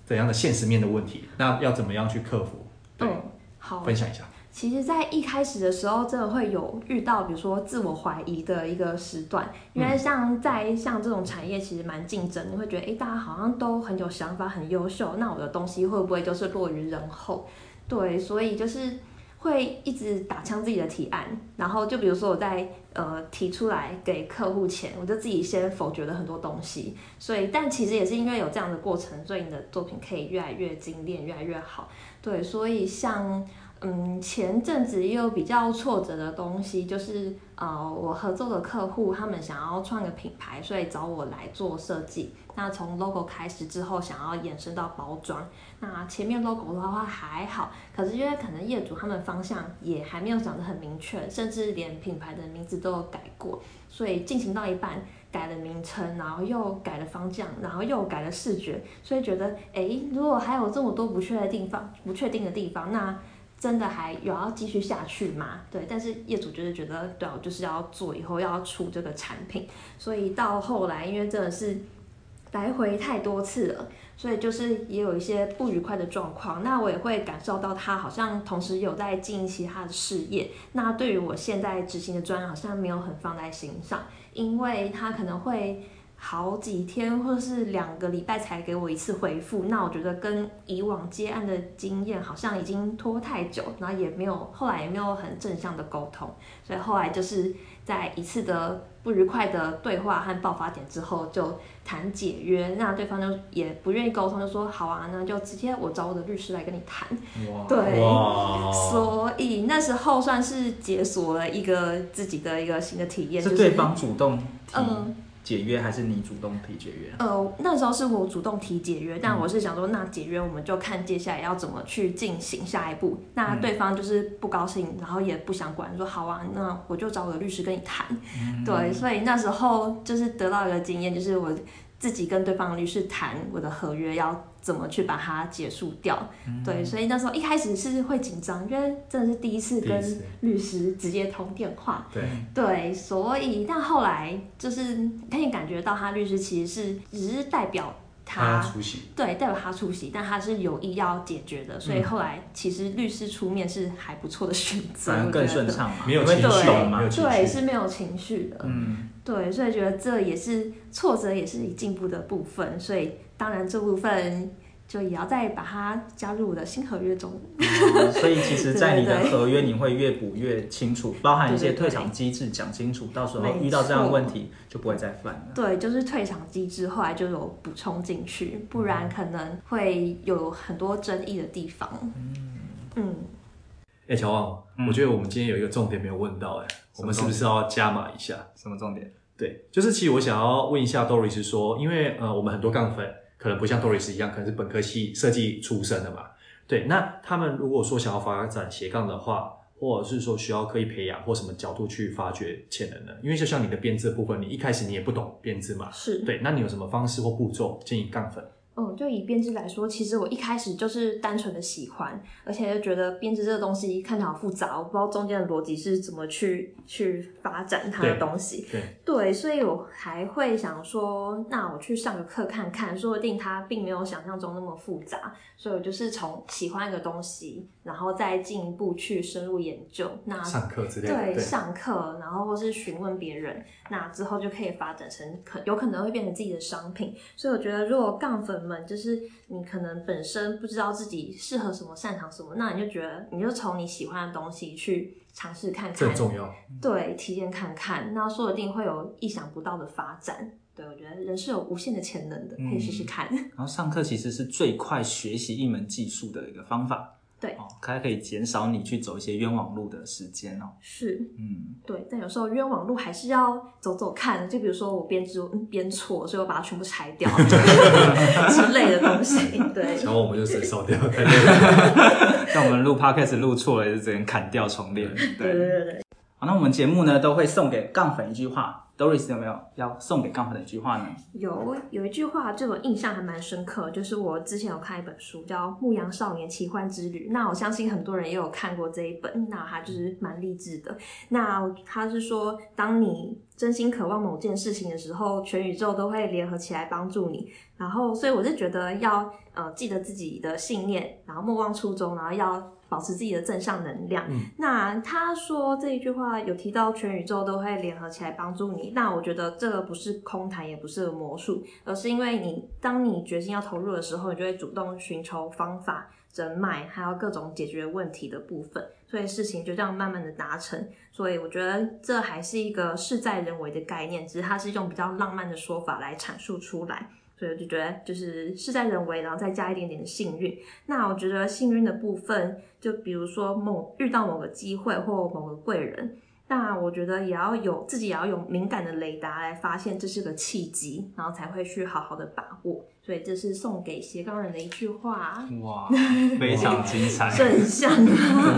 怎样的现实面的问题？那要怎么样去克服？对，
嗯，好
分，享一下。
其实，在一开始的时候，真的会有遇到，比如说自我怀疑的一个时段，因为像在像这种产业，其实蛮竞争，你会觉得，哎，大家好像都很有想法，很优秀，那我的东西会不会就是落于人后？对，所以就是会一直打枪自己的提案，然后就比如说我在呃提出来给客户前，我就自己先否决了很多东西，所以但其实也是因为有这样的过程，所以你的作品可以越来越精炼，越来越好。对，所以像。嗯，前阵子也有比较挫折的东西，就是呃，我合作的客户他们想要创个品牌，所以找我来做设计。那从 logo 开始之后，想要延伸到包装。那前面 logo 的话还好，可是因为可能业主他们方向也还没有讲得很明确，甚至连品牌的名字都有改过，所以进行到一半改了名称，然后又改了方向，然后又改了视觉，所以觉得诶，如果还有这么多不确定地方、不确定的地方，那真的还有要继续下去吗？对，但是业主就是觉得，对、啊，我就是要做，以后要出这个产品，所以到后来，因为真的是来回太多次了，所以就是也有一些不愉快的状况。那我也会感受到他好像同时有在经营其他的事业，那对于我现在执行的专案好像没有很放在心上，因为他可能会。好几天或者是两个礼拜才给我一次回复，那我觉得跟以往接案的经验好像已经拖太久，然后也没有后来也没有很正向的沟通，所以后来就是在一次的不愉快的对话和爆发点之后就谈解约，那对方就也不愿意沟通，就说好啊，那就直接我找我的律师来跟你谈，
哇
对哦
哇，
所以那时候算是解锁了一个自己的一个新的体验，就是
是对方主动提
嗯
解约，还是你主动提解约？
呃，那时候是我主动提解约，但
嗯
我是想说，那解约我们就看接下来要怎么去进行下一步。
嗯
那对方就是不高兴，然后也不想管，说好啊，那我就找我的律师跟你谈。
嗯
对，所以那时候就是得到一个经验，就是我自己跟对方的律师谈我的合约要怎么去把它结束掉。
嗯
对，所以那时候一开始是会紧张，因为真的是第一次
第一
跟
次
律师直接通电话。
对，
对，所以但后来就是可以感觉到他律师其实是只是代表
他
他，
出席，
对，代表他出席，但他是有意要解决的，所以后来其实律师出面是还不错的选择，
反而
我
更
觉
顺
得。
畅嘛，
没有
你会
情绪，
懂
没有
嘛？
情
对，
绪，
是没有情绪的，
嗯，
对，所以觉得这也是挫折，也是你进步的部分，所以当然这部分就也要再把它加入我的新合约中。
哦所以其实，在你的
对对
合约，你会越补越清楚，包含一些
对对对
退场机制讲清楚，到时候
没
遇到这样的
错
问题就不会再犯了。
对，就是退场机制，后来就有补充进去，不然可能会有很多争议的地方。嗯，
哎，乔旺，我觉得我们今天有一个重点没有问到，哎，我们
嗯什么重
是
点
不是要加码一下？
什么重点？
对，就是其实我想要问一下 Doris 说，因为呃，我们很多杠粉可能不像 Doris 一样，可能是本科系设计出身的嘛。对，那他们如果说想要发展斜杠的话，或者是说需要刻意培养或什么角度去发掘潜能呢？因为就像你的编制的部分，你一开始你也不懂编制嘛。
是。
对，那你有什么方式或步骤建议杠粉？
嗯，就以编织来说，其实我一开始就是单纯的喜欢，而且就觉得编织这个东西看起来好复杂，我不知道中间的逻辑是怎么去去发展它的
对
东西。
对
对，所以我还会想说，那我去上个课看看，说不定它并没有想象中那么复杂。所以我就是从喜欢一个东西，然后再进一步去深入研究。那
上课之类的，
啊对
对
上课，然后或是询问别人，那之后就可以发展成可有可能会变成自己的商品。所以我觉得，如果杠粉们就是你可能本身不知道自己适合什么、擅长什么，那你就觉得你就从你喜欢的东西去尝试看
这
看
很，重要。
对，体验看看，那说不定会有意想不到的发展。对，我觉得人是有无限的潜能的，可以试试看。
然后上课其实是最快学习一门技术的一个方法。
对
哦，它可以减少你去走一些冤枉路的时间哦。
是，
嗯，
对，但有时候冤枉路还是要走走看。就比如说我编织嗯编错，所以我把它全部拆掉 之类的东西。对，
然后我们 就接烧掉，太累了。
像我们录 podcast 录错了，就只能砍掉重练。
对对对对，
好，那我们节目呢都会送给杠粉一句话，Doris 有没有要送给杠粉的一句话呢？
有有一句话对我印象还蛮深刻，就是我之前有看一本书叫《牧羊少年奇幻之旅》，那我相信很多人也有看过这一本，那它就是蛮励志的。那他是说，当你真心渴望某件事情的时候，全宇宙都会联合起来帮助你。然后，所以我是觉得要呃记得自己的信念，然后莫忘初衷，然后要保持自己的正向能量。
嗯
那他说这一句话有提到全宇宙都会联合起来帮助你，那我觉得这个不是空谈，也不是魔术，而是因为你当你决心要投入的时候，你就会主动寻求方法、人脉，还有各种解决问题的部分，所以事情就这样慢慢的达成。所以我觉得这还是一个事在人为的概念，只是它是用比较浪漫的说法来阐述出来。所以我就觉得就是事在人为，然后再加一点点的幸运。那我觉得幸运的部分，就比如说某遇到某个机会或某个贵人，那我觉得也要有自己也要有敏感的雷达来发现这是个契机，然后才会去好好的把握。所以这是送给斜杠人的一句话，
哇，非常精彩。
正向啊，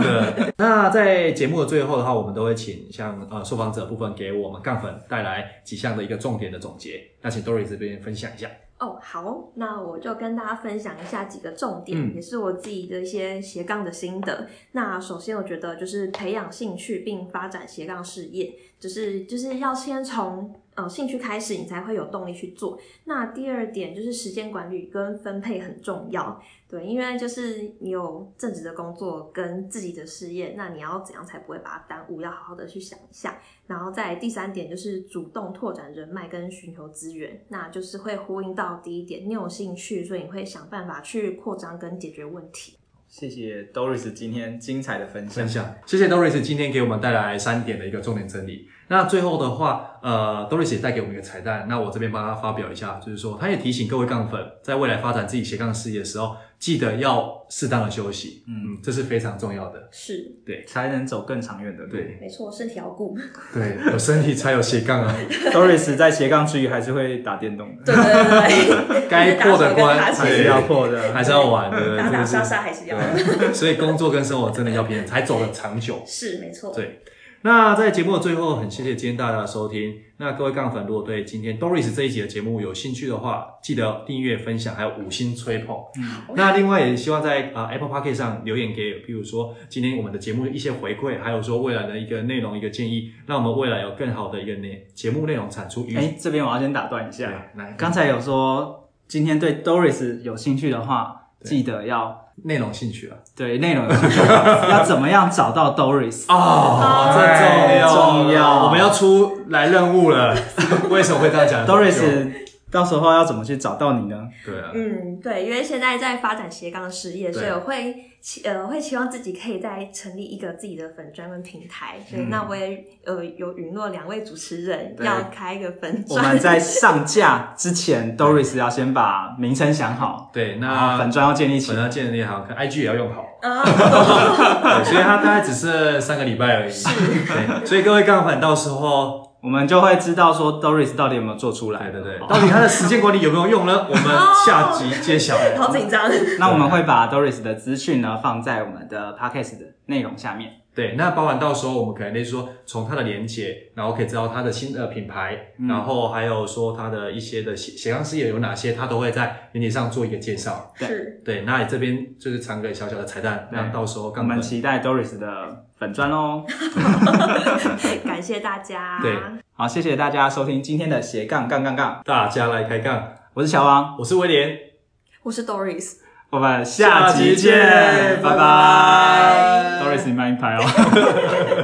真的。 那在节目的最后的话，我们都会请像呃受访者部分给我们杠粉带来几项的一个重点的总结。那请 Doris 这边分享一下。
哦，好，那我就跟大家分享一下几个重点，
嗯
也是我自己的一些斜杠的心得。那首先，我觉得就是培养兴趣并发展斜杠事业，就是就是要先从呃兴趣开始，你才会有动力去做。那第二点就是时间管理跟分配很重要，对，因为就是你有正职的工作跟自己的事业，那你要怎样才不会把它耽误？要好好的去想一下。然后再来第三点就是主动拓展人脉跟寻求资源，那就是会呼应到第一点，你有兴趣，所以你会想办法去扩张跟解决问题。
谢谢 Doris 今天精彩的分享
分。享。谢谢 Doris 今天给我们带来三点的一个重点整理。那最后的话，呃，Doris 也带给我们一个彩蛋，那我这边帮他发表一下，就是说，他也提醒各位杠粉，在未来发展自己斜杠事业的时候，记得要适当的休息，嗯，这是非常重要的。
是，
才能走更长远的路。
对
没错，身体要顾。
对，有身体才有斜杠 啊，
，Doris 在斜杠之余还是会打电动的，
对对对对，
该破的关
还是要破的。
还是要玩的，
打
真
打
的是
杀杀还是要。
对所以工作跟生活真的要平衡，才走得长久。
是没错。
对，那在节目的最后，很谢谢今天大家的收听。那各位杠粉，如果对今天 Doris 这一集的节目有兴趣的话，记得订阅、分享，还有五星吹捧。那另外也希望在啊、呃 Apple Park 上留言给，比如说今天我们的节目一些回馈，还有说未来的一个内容一个建议，让我们未来有更好的一个内节目内容产出。与
哎、这边我要先打断一
对
下，
来
刚才有说今天对 Doris 有兴趣的话，
对
记得要
内容兴趣啊，
对内容有兴趣的话，要怎么样找到 Doris？
哦
这重要
重要，我们要出来任务了。 为什么会这样讲
Doris 到时候要怎么去找到你呢？
对啊，
嗯，对，因为现在在发展斜杠事业，
对
所以我会期呃会期望自己可以再成立一个自己的粉专跟平台。所以那我也呃有允诺两位主持人
嗯对
要开一个粉
我
专。
们 在上架之前，Doris 要先把名称想好，
对，
然后
那
粉砖要建立
可
起来。
能要建立好，可 IG 也要用 好，
啊，
对，所以它大概只是三个礼拜而已。对，所以各位杠粉到时候，
我们就会知道说 Doris 到底有没有做出来。
对对对，
好
到底它的时间管理有没有用呢？我们下集揭晓。
好紧张。
那我们会把 Doris 的资讯呢放在我们的 podcast 的内容下面。
对，那包含到时候我们可能类似说从它的连接，然后可以知道它的新的品牌，然后还有说它的一些的斜斜杠事业有哪些，它都会在连接上做一个介绍。
对
是
对，那你这边就是藏个小小的彩蛋，
对
那到时候
我
刚
们期待 Doris 的粉砖哦喽。
感谢大家，
对
好，谢谢大家收听今天的斜杠杠杠杠，
大家来开杠，
我是小王，
我是威廉。
我是 Doris。
我们下
下
期
期
见
见，
拜拜
拜拜。
Doris，你慢一拍哦。